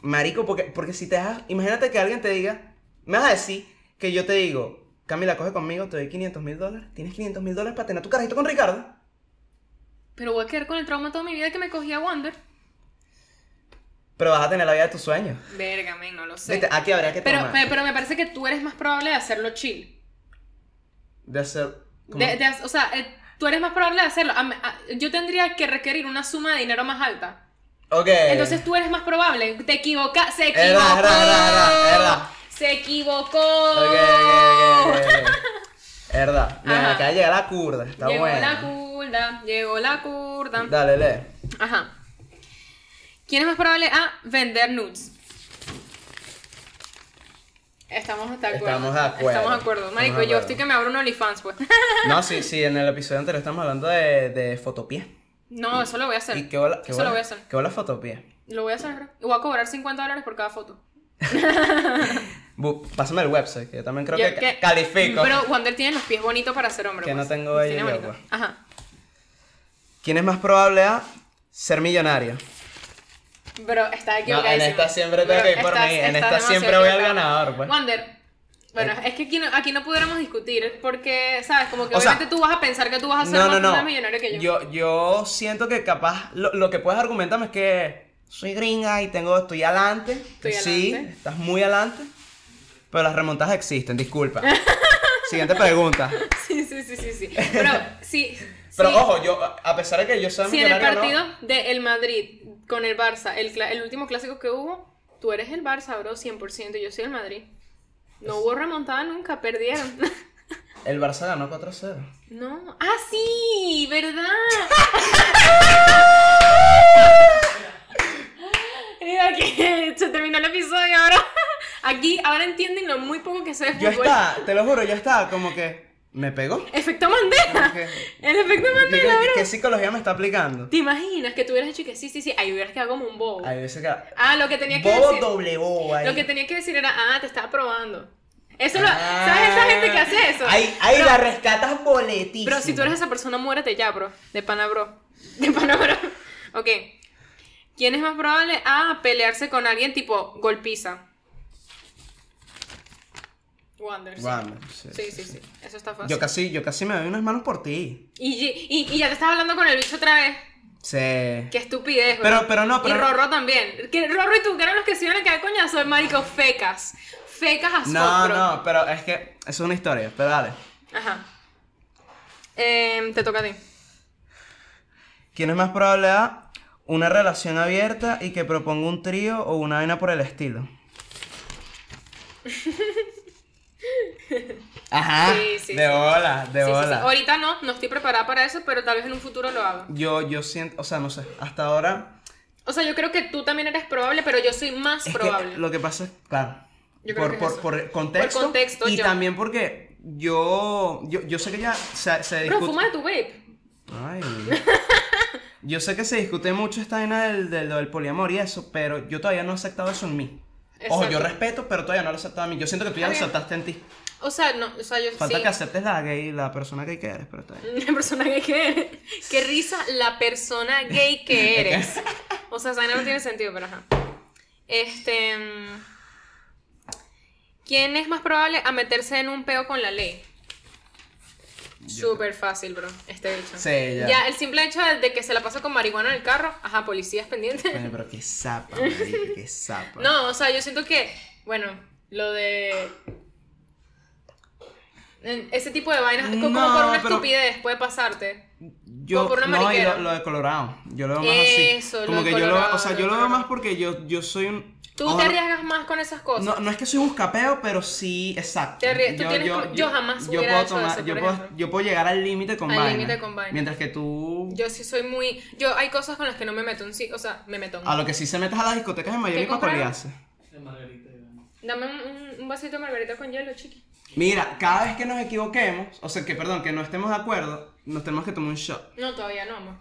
A: Marico, porque, porque si te dejas. Imagínate que alguien te diga. Me vas a decir que yo te digo, Camila, coge conmigo, te doy 500 mil dólares. Tienes 500 mil dólares para tener tu carajito con Ricardo.
B: Pero voy a quedar con el trauma toda mi vida que me cogía Wander.
A: Pero vas a tener la vida de tus sueños.
B: Verga, men, no lo sé.
A: Viste, Aquí habría que
B: Pero,
A: tomar.
B: pe- pero me parece que tú eres más probable de hacerlo chill.
A: de hacer. como-
B: De- de hac- o sea, eh, tú eres más probable de hacerlo. A me- a- yo tendría que requerir una suma de dinero más alta.
A: Ok.
B: Entonces tú eres más probable. Te equivocas. Se equivocó.
A: Eh. Era, era, era, era, era.
B: Se equivocó.
A: Ok, ok, ok, ok, ok. Verdad. Me
B: Ajá.
A: acaba de llegar la curda. Está
B: llegó
A: buena.
B: la curda. Llegó la curda.
A: Dale, lee.
B: Ajá. ¿Quién es más probable a vender nudes? Estamos de acuerdo.
A: Estamos de acuerdo.
B: Estamos de acuerdo. Marico,
A: Estamos de
B: yo
A: acuerdo.
B: estoy que me abro un OnlyFans, pues. (laughs)
A: No, sí, sí, en el episodio anterior estamos hablando de, de fotopié.
B: No, eso lo voy a hacer.
A: ¿Y qué bola, qué
B: eso
A: bola-
B: lo voy a hacer.
A: ¿Qué bola fotopié?
B: Lo voy a hacer, bro. Y voy a cobrar 50 dólares por cada foto.
A: Bu- Pásame el website, que yo también creo
B: Yo-
A: que, ca- califico.
B: Pero Wander tiene los pies bonitos para ser hombre.
A: Que
B: pues.
A: no tengo
B: Los
A: bello
B: tiene
A: yo,
B: bonitos.
A: pues.
B: Ajá.
A: ¿Quién es más probable a ser millonario?
B: Bro, está
A: No,
B: equivocadísimo.
A: en esta siempre tengo
B: Bro,
A: que ir por
B: estás-
A: mí. En
B: estás
A: esta
B: demasiado
A: siempre voy al
B: equivocado.
A: ganador, pues. Eh.
B: Wander, bueno, es que aquí no, aquí no pudiéramos discutir porque, ¿sabes? Como que
A: O sea,
B: obviamente tú vas a pensar que tú vas a ser
A: No, no,
B: más,
A: no.
B: más millonario que yo.
A: Yo, yo siento que capaz lo, lo que puedes argumentarme es que soy gringa y tengo estoy adelante.
B: Estoy
A: sí,
B: adelante.
A: estás muy adelante. Pero las remontadas existen,
B: (laughs)
A: disculpa. Siguiente pregunta.
B: (laughs) Sí, sí, sí,
A: (laughs)
B: sí, sí. Pero sí.
A: Pero
B: sí.
A: ojo, yo a pesar de que yo soy
B: Si en el
A: millonario,
B: partido
A: no,
B: de el Madrid con el Barça, el, cla- el último clásico que hubo, tú eres el Barça, bro, 100%, yo soy el Madrid. No hubo remontada nunca, perdieron. (laughs)
A: el Barça ganó 4-0.
B: No. Ah, sí,
A: (laughs)
B: ¿verdad? Mira que se terminó el episodio ahora. Aquí, ahora entienden lo muy poco que sé de
A: Yo
B: fútbol.
A: estaba, te lo juro, yo estaba como que me
B: (laughs)
A: pegó.
B: Efecto Mandela.
A: Ok.
B: El efecto
A: Digo,
B: Mandela, bro.
A: ¿Qué psicología me está aplicando?
B: ¿Te imaginas que tú hubieras hecho que sí, sí, sí? Ahí hubieras quedado como un bobo.
A: Ahí dice que
B: Ah, lo que tenía que
A: Bobo
B: decir.
A: doble bobo ahí.
B: Lo que tenía que decir era, ah, te estaba probando. Eso lo,
A: Ah.
B: ¿Sabes esa gente que hace eso?
A: Ahí, ahí
B: Bro,
A: la rescatas boletísima.
B: Pero si tú eres esa persona, muérete ya, bro. De pana, bro. De pana, bro. (laughs) Ok. ¿Quién es más probable a pelearse con alguien tipo golpiza? Wander. sí.
A: Wander, sí,
B: Sí,
A: sí,
B: sí, sí. Eso está fácil.
A: Yo casi, yo casi me doy unas manos por ti.
B: Y, y, y ya te estás hablando con el bicho otra vez.
A: Sí.
B: Qué estupidez, güey.
A: Pero- pero no, pero-
B: Y Rorro también. Que Rorro y tú que eran los que se iban a quedar coñazo, marico, fecas. Fecas a
A: No, no, pero es que es una historia, pero dale.
B: Ajá. Em, te toca a ti.
A: ¿Quién es más probable a una relación abierta y que proponga un trío o una vaina por el
B: (laughs)
A: estilo? Ajá.
B: Sí, sí,
A: de
B: sí.
A: bola, de
B: Sí, sí, sí.
A: bola.
B: Ahorita no, no estoy preparada para eso, pero tal vez en un futuro lo haga.
A: Yo, yo siento, o sea, no sé, hasta ahora.
B: O sea, yo creo que tú también eres probable, pero yo soy más
A: Es
B: probable.
A: que lo que pasa es, claro,
B: Yo creo
A: por,
B: que es
A: por-
B: eso.
A: por contexto,
B: Por contexto,
A: y
B: yo.
A: también porque yo, yo, yo sé que ya se, se
B: Bro,
A: discute.
B: fuma de tu vape. (laughs)
A: Ay. yo sé que se discute mucho esta vaina del, del, del poliamor y eso, pero yo todavía no he aceptado eso en mí. Ojo, yo
B: Exacto.
A: respeto, pero todavía no lo he aceptado en mí. Yo siento que tú ya lo
B: Está bien.
A: aceptaste en ti.
B: O sea, no, o sea, yo
A: Falta
B: sí. (laughs)
A: que aceptes la gay, la persona que quieres, pero está bien.
B: La persona gay que eres. Qué risa la persona
A: (laughs)
B: gay que eres. O sea, esa vaina no tiene sentido, pero ajá. Este. mm, ¿Quién es más probable a meterse en un peo con la ley? Súper fácil, bro. Este bicho.
A: Sí, ya.
B: el simple hecho de, de que se la pasa con marihuana en el carro. Ajá, policías pendientes.
A: Coño, pero qué zapa, marico, qué zapa.
B: (laughs) No, o sea, yo siento que. Bueno, lo de. en- Ese tipo de vainas, co- como
A: No,
B: por una
A: pero-
B: estupidez, puede pasarte.
A: Yo,
B: Como por una
A: no, y
B: mariquera.
A: lo, lo de Colorado. Yo lo veo más
B: Eso, lo
A: así. Como
B: de
A: que yo
B: Colorado,
A: lo, o sea,
B: lo
A: yo
B: de
A: lo veo
B: Colorado.
A: más porque yo, yo soy un.
B: Tú
A: ojo,
B: te
A: no-
B: arriesgas más con esas cosas.
A: No, no es que soy un buscapeo, pero sí, exacto.
B: Te arrie- tú tienes co- yo jamás hubiera hecho eso,
A: yo,
B: por
A: puedo,
B: ejemplo.
A: yo puedo llegar al límite con
B: Al
A: vaina.
B: límite con vaina.
A: Mientras que tú.
B: Yo sí soy muy. Yo hay cosas con las que no me meto en sí. O sea, me meto.
A: A lo que sí se metes a las discotecas en Miami
B: ¿Qué
A: para
B: compraron?
A: colearse.
B: Dame un, un- un vasito de margarita con hielo, chiqui.
A: Mira, cada vez que nos equivoquemos, o sea, que perdón, que no estemos de acuerdo, nos tenemos que tomar un shot.
B: No, todavía no, amor.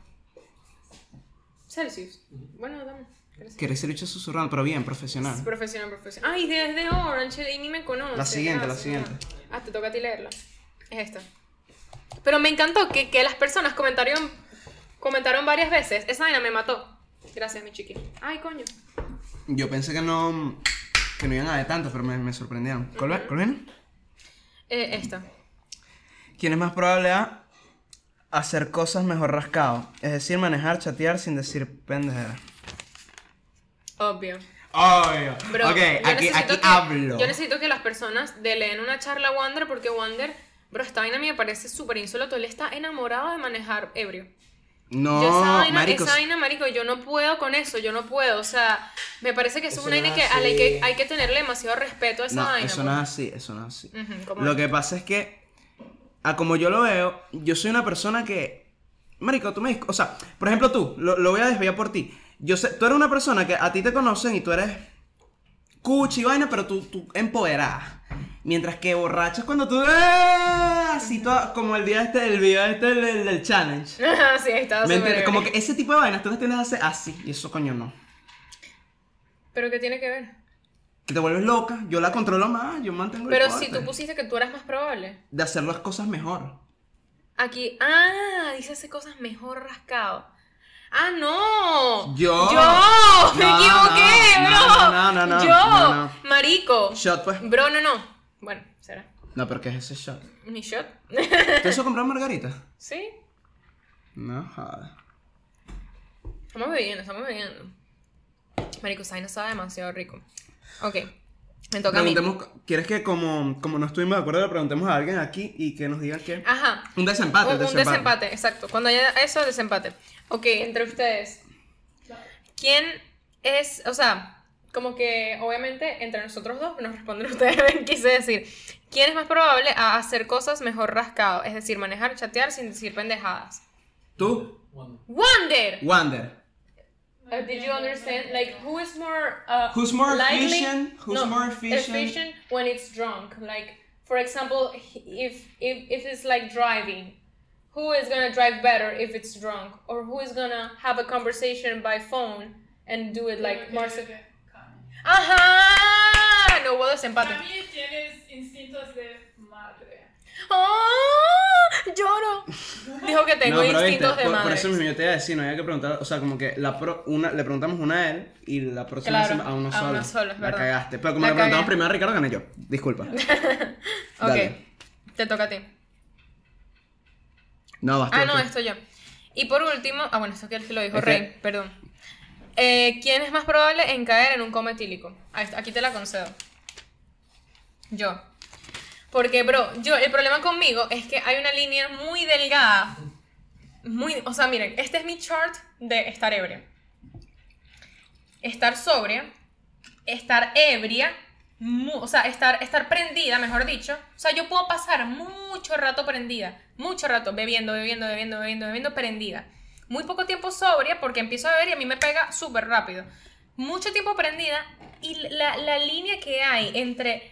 B: Celsius. Bueno, dame. Gracias.
A: Querés ser hecho susurrando, pero bien, profesional.
B: Profesional, profesional. Ah, Ay, desde Orange, y ni me conoce.
A: Ah. La siguiente, la
B: Ah, sí,
A: siguiente.
B: ah. Ah, te toca a ti leerla. Es esta. Pero me encantó que, que las personas comentaron, comentaron varias veces. Esa vaina me mató. Gracias, mi chiqui. Ay, coño.
A: Yo pensé que no. que no iban a haber tantos, pero me, me sorprendieron. ¿Cuál ve- cuál viene?
B: Eh, esta.
A: ¿Quién es más probable a hacer cosas mejor rascado? Es decir, manejar, chatear sin decir pendejera.
B: Obvio.
A: Obvio.
B: Bro,
A: ok,
B: yo
A: aquí,
B: necesito
A: aquí
B: que-
A: hablo.
B: Yo necesito que las personas deleen una charla a Wander porque Wander, bro, esta vaina a mí me parece súper insólito. Él está enamorado de manejar ebrio.
A: No,
B: yo esa vaina,
A: maricos.
B: esa vaina, marico, yo no puedo con eso, yo no puedo. O sea, me parece que eso es
A: Eso
B: una
A: no
B: vaina
A: es
B: que, a la
A: así.
B: que hay que tenerle demasiado respeto a esa
A: no,
B: vaina.
A: eso no es así, eso no es así.
B: pues. Ujú, ¿cómo
A: Lo
B: es?
A: que pasa es que, a como yo lo veo, yo soy una persona que. Marico, tú me. dis- O sea, por ejemplo, tú, lo, lo voy a desviar por ti. Yo sé, tú eres una persona que a ti te conocen y tú eres cuchi y vaina, pero tú, tú empoderada. Mientras que borrachas cuando tú. ¡eh! Así toda- como el día este, el video este del, del- del challenge.
B: (laughs) sí, está
A: ¿Me entiendes?
B: súper
A: Como
B: ebrio.
A: que ese tipo de vainas tú las tienes a hacer así. Y eso, coño, no.
B: Pero ¿qué tiene que ver?
A: Que te vuelves loca, yo la controlo más, yo mantengo el ¿eh?
B: Pero si
A: corte.
B: tú pusiste que tú eras más probable.
A: De hacer las cosas mejor.
B: Aquí, ah, dice hace cosas mejor rascado. Ah, no.
A: Yo.
B: Yo. (laughs) me
A: No,
B: equivoqué,
A: no,
B: bro.
A: no, no, no,
B: Yo,
A: no, no.
B: marico.
A: Shot, pues.
B: Bro, no, no. Bueno, será.
A: No, pero ¿qué es ese shot?
B: Mi shot. (laughs)
A: ¿Tú eso compró margarita?
B: sí.
A: No, joda.
B: Estamos bebiendo, estamos bebiendo. Marico, esa vaina sabe demasiado rico. Ok. Me toca a mí.
A: Preguntemos, ¿quieres que como, como no estuvimos de acuerdo le preguntemos a alguien aquí y que nos digan qué?
B: Ajá.
A: Un desempate,
B: un, un desempate. exacto. Cuando haya eso, desempate. Ok, entre ustedes. ¿Quién es, o sea, como que obviamente entre nosotros dos nos responden (laughs) ustedes, quise decir, ¿quién es más probable a hacer cosas mejor rascado? Es decir, manejar, chatear sin decir pendejadas.
A: ¿Tú?
B: Wonder.
A: Wander.
B: Uh, did you understand? Like, who is more uh,
A: Who's more
B: likely-
A: efficient? Who's
B: no,
A: more efficient?
B: when it's drunk? Like, for example, if if if it's like driving, who is gonna drive better if it's drunk, or who is gonna have a conversation by phone and do it like more? se- Ajá. No hubo desempate.
D: Para mí tienes instintos de madre.
B: ¡Oh! Lloro.
A: (laughs)
B: Dijo que tengo
A: no, pero viste,
B: instintos de
A: por, por
B: madre.
A: eso mismo yo te iba a decir, no había que preguntar, o sea, como que la pro- una, le preguntamos una a él y la próxima
B: Claro,
A: se- a uno
B: a
A: solo.
B: uno solo, es
A: la
B: verdad.
A: cagaste. Pero como
B: La
A: le preguntamos
B: cagué.
A: primero a Ricardo, gané yo.
B: (laughs)
A: Disculpa.
B: Ok,
A: Dale.
B: te toca a ti.
A: No, basta.
B: Ah, no, esto yo. Y por último, ah, bueno, esto que lo dijo
A: Es que-
B: Rey, perdón. Eh, ¿Quién es más probable en caer en un coma etílico? Ahí está, Aquí te la concedo. Yo. Porque, bro, yo, el problema conmigo es que hay una línea muy delgada. Muy, o sea, miren, este es mi chart de estar ebria. Estar sobria, estar ebria, mu- o sea, estar, estar prendida, mejor dicho. O sea, yo puedo pasar mucho rato prendida, mucho rato bebiendo, bebiendo, bebiendo, bebiendo, bebiendo, prendida. Muy poco tiempo sobria porque empiezo a beber y a mí me pega súper rápido. Mucho tiempo prendida y la, la línea que hay entre,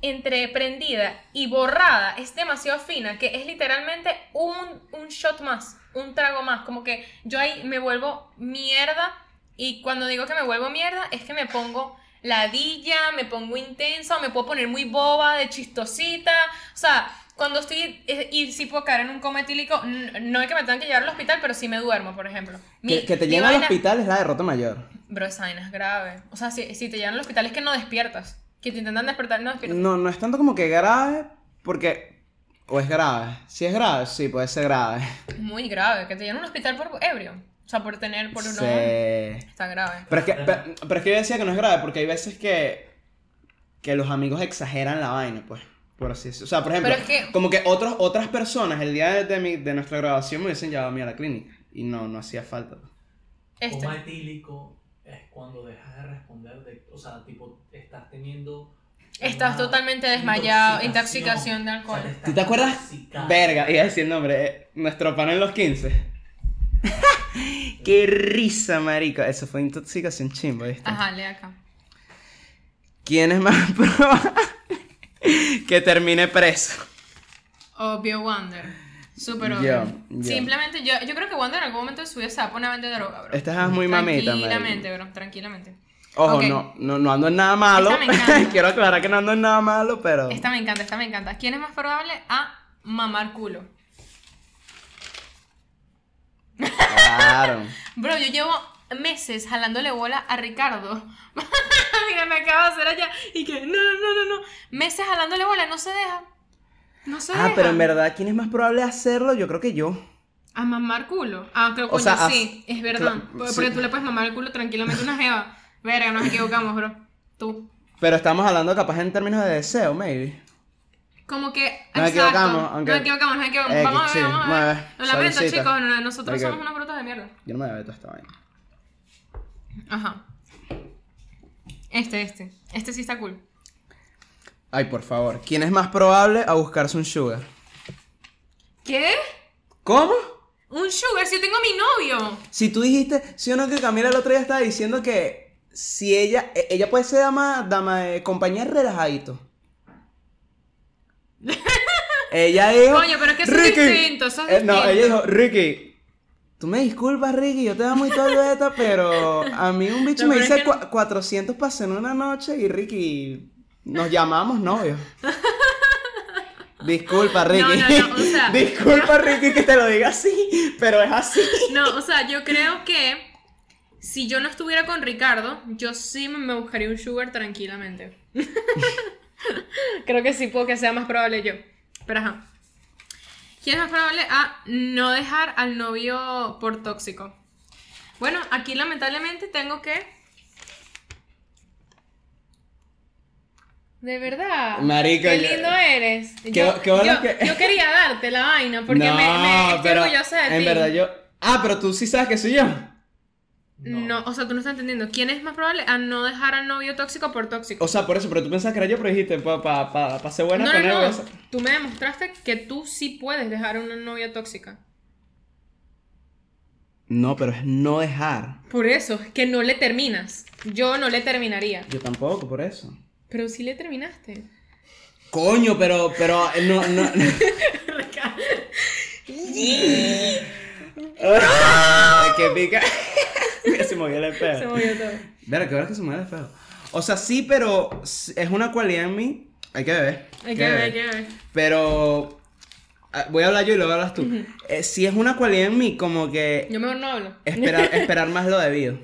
B: entre prendida y borrada es demasiado fina, que es literalmente un, un shot más, un trago más. Como que yo ahí me vuelvo mierda y cuando digo que me vuelvo mierda es que me pongo ladilla, me pongo intensa, o me puedo poner muy boba, de chistosita. O sea, cuando estoy. eh, Y si puedo caer en un coma etílico, n- no es que me tengan que llevar al hospital, pero sí me duermo, por ejemplo. Mi-
A: Que, que te
B: mi
A: llena al
B: vaina-
A: hospital es la derrota mayor.
B: Bro, esa vaina es grave. O sea, si, si te llevan al hospital es que no despiertas. Que te intentan despertar, no despiertas.
A: No, no es tanto como que grave, porque. O es grave. Si es grave, sí, puede ser grave.
B: Muy grave. Que te llevan al hospital por ebrio. O sea, por tener, por uno.
A: Sí.
B: Está grave.
A: Pero es, que, pe- pero es que yo decía que no es grave, porque hay veces que, que los amigos exageran la vaina, pues. Por así decirlo. O sea, por ejemplo,
B: Pero es que-
A: como que otros, otras personas el día de, de mi- de nuestra grabación me hubiesen llevado a mí a la clínica. Y no, no hacía falta.
B: Este.
E: Coma etílico es cuando dejas de responder, de- o sea, tipo, estás teniendo...
B: Estás
E: una
B: totalmente desmayado, intoxicación de alcohol.
E: te estás
A: ¿Tú te acuerdas?
E: intoxicando.
A: Verga, iba a decir el nombre. eh, nuestro pan en los 15. ¡Qué risa, marico! Eso fue intoxicación chimba, ¿viste?
B: Ajá, lee acá.
A: ¿Quién es más (laughs) probable que termine preso?
B: Obvio Wander. Súper
A: Ya,
B: obvio.
A: ya.
B: Simplemente yo, yo creo que Wander en algún momento de su vida se va a poner a vender droga, bro.
A: Esta es muy mamita,
B: Tranquilamente,
A: marico.
B: bro. Tranquilamente.
A: Ojo,
B: Ok.
A: no, no, no ando en nada malo.
B: Esta me encanta.
A: (laughs) Quiero aclarar que no ando en nada malo, pero.
B: Esta me encanta, esta me encanta. ¿Quién es más probable a mamar culo?
A: Claro.
B: Bro, yo llevo meses jalándole bola a Ricardo. (laughs) Mira, me acaba de hacer allá y que no, no, no, no. Meses jalándole bola, no se deja. No se deja.
A: Ah, pero en verdad, ¿quién es más probable hacerlo? Yo creo que yo.
B: A mamar culo. Ah, creo
A: O
B: coño,
A: sea, a-
B: sí, es verdad.
A: cla-
B: Porque,
A: sí.
B: porque tú le puedes mamar el culo tranquilamente a una jeva. Verga, nos equivocamos, bro. Tú.
A: Pero estamos hablando capaz en términos de deseo, maybe.
B: Como que.
A: Nos
B: exacto,
A: equivocamos, aunque-
B: Nos equivocamos, nos equivocamos.
A: Eh,
B: vamos a ver,
A: que sí,
B: vamos a ver.
A: mueve,
B: Lo lamento,
A: suavecita.
B: chicos. no, Nosotros
A: Porque-
B: somos unos brutos de mierda.
A: Yo no me bebo toda esta vaina.
B: Ajá. Este, este. Este sí está cool.
A: Ay, por favor. ¿Quién es más probable a buscarse un sugar?
B: ¿Qué?
A: ¿Cómo?
B: Un sugar, si yo tengo a mi novio.
A: Si tú dijiste, sí o no, que Camila el otro día estaba diciendo que si ella, e- ella puede ser dama, dama de compañía
B: (laughs)
A: relajadito. ella dijo.
B: Coño, pero es que eso es
A: "Ricky".
B: distinto, eso es
A: Eh, no,
B: distinto.
A: ella dijo, Ricky. Tú me disculpas, Ricky, yo te amo y todo esto, pero a mí un bicho
B: No,
A: me
B: pero es
A: dice
B: que-
A: cua- 400 pases en una noche y Ricky, nos llamamos
B: (laughs)
A: novios. Disculpa, Ricky.
B: No, no, no,
A: (laughs)
B: o sea-
A: Disculpa, Ricky, que te lo diga así, pero es así.
B: No, o sea, yo creo que si yo no estuviera con Ricardo, yo sí me buscaría un sugar tranquilamente. (laughs) Creo que sí puedo que sea más probable yo. Pero ajá. ¿Quién es más probable a no dejar al novio por tóxico? Bueno, aquí lamentablemente tengo que... De verdad.
A: Marico,
B: qué
A: yo-
B: lindo eres.
A: Qué-
B: yo,
A: qué bueno
B: yo-
A: que-
B: yo quería darte la vaina porque me, me estoy orgullosa de
A: en
B: ti.
A: verdad yo... Ah, pero tú sí sabes que soy yo.
B: No, o sea, tú no estás entendiendo. ¿Quién es más probable a no dejar al novio tóxico por tóxico?
A: O sea, por eso, pero tú pensabas que era yo, pero dijiste, pa, pa, pa, pa ser buena
B: no,
A: con él. pues.
B: no,
A: voy a
B: no.
A: ser-
B: Tú me demostraste que tú sí puedes dejar a una novia tóxica.
A: No, pero es no dejar.
B: Por eso, es que no le terminas. Yo no le terminaría.
A: Yo tampoco, por eso.
B: Pero sí le terminaste.
A: Coño, pero, pero, eh, no, no.
B: (laughs)
A: Ay, ¡Qué pica! (laughs) Mira, se movió el espejo.
B: Se movió todo.
A: Verá, que ahora es que se mueve el espejo. O sea, sí, pero s- es una cualidad en mí. Hay que ver.
B: Hay que ver, hay que ver.
A: Pero. ah, Voy a hablar yo y luego hablas tú. Eh, sí, es una cualidad en mí, como que.
B: Yo mejor no hablo. (laughs)
A: Esperar, esperar más lo debido.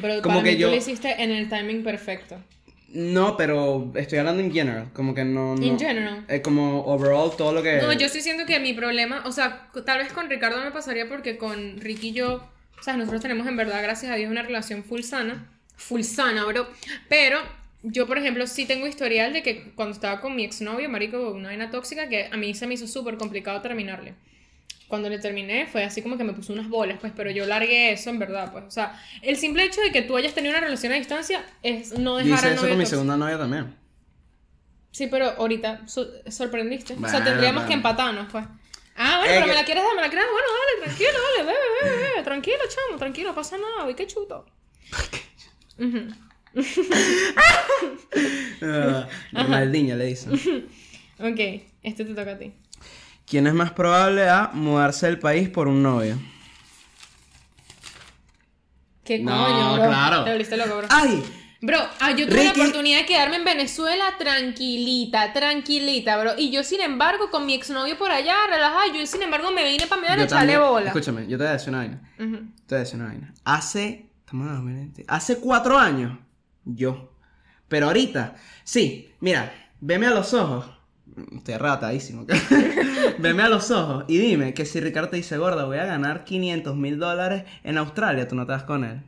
B: Pero
A: Como
B: para
A: que
B: mí
A: yo-
B: tú lo hiciste en el timing perfecto.
A: No, pero estoy hablando en general. Como que no. no
B: In general.
A: Eh, como overall, todo lo que.
B: No, yo estoy siento que mi problema, o sea, c- tal vez con Ricardo me pasaría porque con Ricky y yo, o sea, nosotros tenemos en verdad, gracias a Dios, una relación full sana, full sana, bro. Pero yo, por ejemplo, sí tengo historial de que cuando estaba con mi exnovio, marico, una vaina tóxica, que a mí se me hizo súper complicado terminarle. Cuando le terminé fue así como que me puso unas bolas, pues, pero yo largué eso, en verdad, pues. O sea, el simple hecho de que tú hayas tenido una relación a distancia es no
A: Yo
B: dejar
A: hice
B: al
A: eso
B: novio
A: con mi
B: tóxico.
A: segunda novia
B: (laughs)
A: también.
B: Sí, pero ahorita so- sorprendiste. o sea,
A: Bueno,
B: tendríamos
A: bueno.
B: que empatarnos, pues. Ah, bueno,
A: Eh,
B: pero
A: que-
B: me la quieres dar, me la quieres dar. Bueno, dale, tranquilo, dale, bebe, bebe, bebe. Tranquilo, chamo, tranquilo, no pasa nada, uy, qué chuto. Ujú.
A: Ah, Ronaldinho le dicen.
B: Ok, este te toca a ti.
A: ¿Quién es más probable a mudarse del país por un novio?
B: ¿Qué
A: No,
B: coño, bro?
A: claro.
B: Te volviste loco, bro.
A: ¡Ay!
B: Bro, ah, yo tuve
A: Ricky-
B: la oportunidad de quedarme en Venezuela tranquilita, tranquilita, bro. Y yo, sin embargo, con mi exnovio por allá, relajada, yo, sin embargo, me vine para mirar a
A: Yo
B: echarle
A: también-
B: bola.
A: Escúchame, yo te voy a decir una vaina.
B: Ujú.
A: Te voy a decir una vaina. Hace. estamos en 2020, Hace cuatro años, yo. Pero ahorita, sí, mira, veme a los ojos. Estoy ratadísimo. (laughs) veme a los ojos y dime que si Ricardo te dice, gorda, voy a ganar 500 mil dólares en Australia, tú no te vas con él.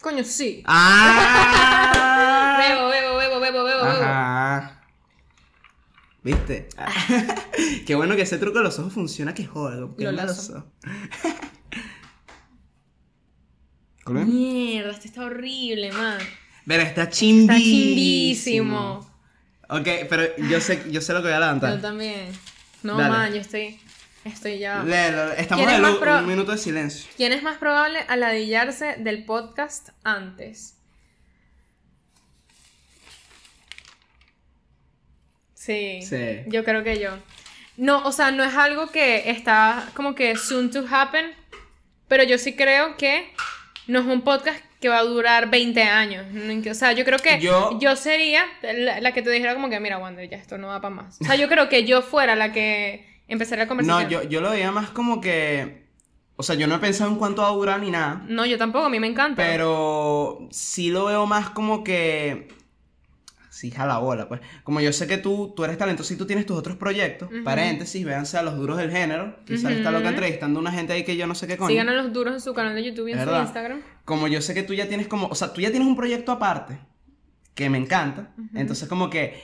B: Coño, sí.
A: ¡Ah!
B: Bebo, bebo, bebo, bebo, bebo, bebo.
A: Ajá. ¿Viste? (laughs) Qué bueno que ese truco de los ojos funciona, que joda. porque
B: Lo
A: no me
B: lazo.
A: los ojos.
B: Mierda, este está horrible, man.
A: Pero está
B: Está
A: chimbísimo.
B: chimbísimo.
A: Ok, pero yo sé, yo sé lo que voy a
B: Yo
A: levantar.
B: también. No,
A: Dale.
B: man, yo estoy. Estoy ya.
A: Léelo, estamos
B: ¿Quieres
A: en
B: más
A: lu-
B: pro-
A: un minuto de silencio.
B: ¿Quién es más probable a ladillarse del podcast antes? Sí.
A: Sí.
B: Yo creo que yo. No, o sea, no es algo que está como que soon to happen, pero yo sí creo que no es un podcast que va a durar 20 años. O sea, yo creo que
A: Yo-
B: yo, sería la, la que te dijera como que, mira, Wander, ya esto no va para más. O sea, yo creo que yo fuera la que empezaría la conversación.
A: No, yo, yo lo veía más como que. O sea, yo no he pensado en cuánto va a durar ni nada.
B: No, yo tampoco, a mí me encanta.
A: Pero sí lo veo más como que. Sí, jala bola, pues. Como yo sé que tú, tú eres talentoso y tú tienes tus otros proyectos,
B: Ujú.
A: paréntesis, véanse a los duros del género. Quizás
B: Ujú.
A: está loca entrevistando a una gente ahí que yo no sé qué coño.
B: Sigan a los duros en su canal de YouTube y en
A: Es
B: su
A: verdad.
B: Instagram.
A: Como yo sé que tú ya tienes como. O sea, tú ya tienes un proyecto aparte que me encanta. Entonces, como que.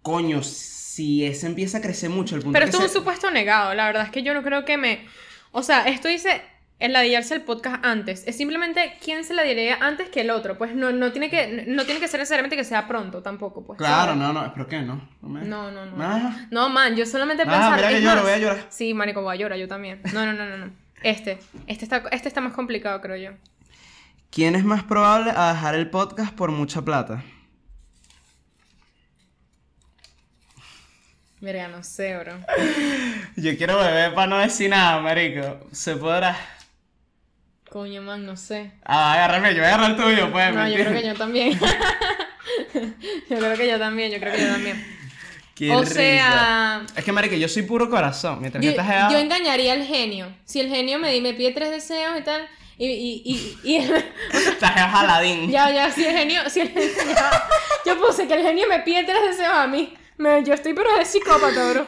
A: Coño, si ese empieza a crecer mucho, el punto
B: Pero
A: que
B: esto es un
A: se-
B: supuesto negado. La verdad es que yo no creo que me. O sea, esto dice el ladillarse el podcast antes. Es simplemente quién se ladillaría antes que el otro. Pues no, no, tiene, que, no tiene que ser necesariamente que sea pronto tampoco. Pues,
A: Claro,
B: ¿sabes?
A: no, no, pero ¿qué? No, no, me- Ah,
B: No, no, no.
A: Nada.
B: No, man, yo solamente
A: Nada,
B: pensar.
A: Ah, mira que
B: es
A: lloro,
B: más-
A: voy a llorar.
B: Sí, marico, voy a llorar, yo también. No, no, no, no. no. Este. Este está, este está más complicado, creo yo.
A: ¿Quién es más probable a dejar el podcast por mucha plata?
B: Mira, no sé, bro.
A: Yo quiero beber para no decir nada, marico. Se podrá.
B: Coño, man, no sé.
A: Ah, agárrame, yo voy a agarrar el tuyo, pues.
B: No, yo creo que yo también. (laughs) yo creo que yo también, yo creo que yo también.
A: (laughs)
B: o sea,
A: Es que, marico, yo soy puro corazón. Mientras
B: yo,
A: que estás edad...
B: yo engañaría al genio. Si el genio me, di- me pide tres deseos y tal, Y, y, y, y-
A: Traje a (laughs) Aladdin.
B: ya, ya, si el genio, si el genio- ya. yo puse que el genio me pide tres deseos a mí. Me- yo estoy pero de psicópata, bro.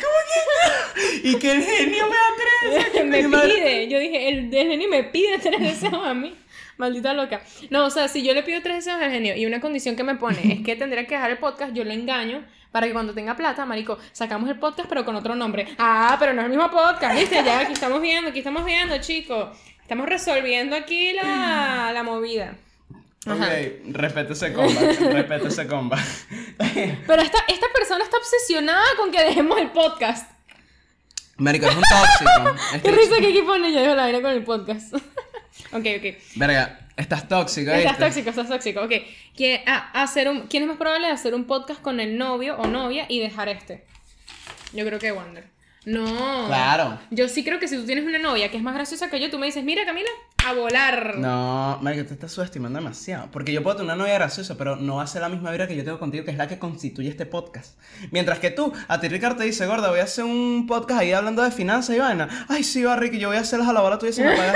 A: Y que el genio me (laughs)
B: (laughs)
A: atreve.
B: me pide, yo dije, el, el genio me pide tres deseos a mí. Maldita loca. No, o sea, si yo le pido tres deseos al genio y una condición que me pone es que tendría que dejar el podcast, yo lo engaño para que cuando tenga plata, marico, sacamos el podcast pero con otro nombre. Ah, pero no es el mismo podcast, ¿viste? Ya aquí estamos viendo, aquí estamos viendo, chicos. Estamos resolviendo aquí la, la movida. Ajá.
A: Ok, respeto ese comba. Respeto ese comba.
B: Pero esta, esta persona está obsesionada con que dejemos el podcast.
A: Marico, es un tóxico. Es
B: (laughs) Qué
A: que-
B: risa que aquí pone, ya dejo la vaina con el podcast. (laughs) ok, ok.
A: Verga, estás tóxico,
B: Estás
A: ¿viste?
B: tóxico, estás tóxico. Ok. ¿Quién, a- hacer un, ¿Quién es más probable de hacer un podcast con el novio o novia y dejar este? Yo creo que Wander. No.
A: Claro.
B: Yo sí creo que si tú tienes una novia que es más graciosa que yo, tú me dices, mira Camila, a volar.
A: No, Marico, te estás subestimando demasiado. Porque yo puedo tener una novia graciosa, pero no va a ser la misma vibra que yo tengo contigo, que es la que constituye este podcast. Mientras que tú, a ti Ricardo te dice, gorda, voy a hacer un podcast ahí hablando de finanzas y vaina. Ay, sí, va, Ricky, yo voy a hacer las alabadas tuyas y se me apaga.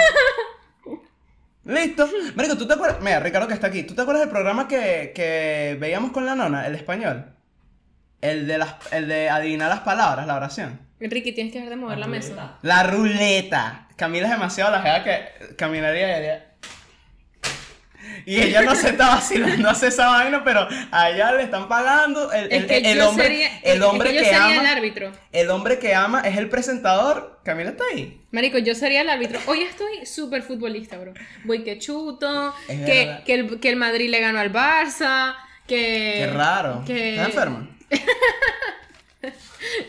A: Listo. Marico, ¿tú te acuerdas? Mira, Ricardo que está aquí. ¿Tú te acuerdas del programa que, que veíamos con la nona, el español? El de, las, el de adivinar las palabras, la oración.
B: Ricky, tienes que dejar de
E: Ah,
B: mover la mesa.
A: La ruleta. Camila es demasiado la jeva que caminaría y haría- Y ella no se está vacilando, hace esa vaina, pero a ella le están pagando. El, el- el
B: yo
A: hombre,
B: sería- es
A: el hombre
B: yo
A: que,
B: sería
A: ama.
B: el árbitro.
A: El hombre que ama es el presentador. Camila está ahí.
B: Marico, yo sería el árbitro. Hoy estoy súper futbolista, bro. Voy que chuto,
A: Es
B: que,
A: verdad.
B: que, el, que el Madrid le ganó al Barça, que...
A: Qué raro.
B: Eh, que-
A: ¿Estás enferma?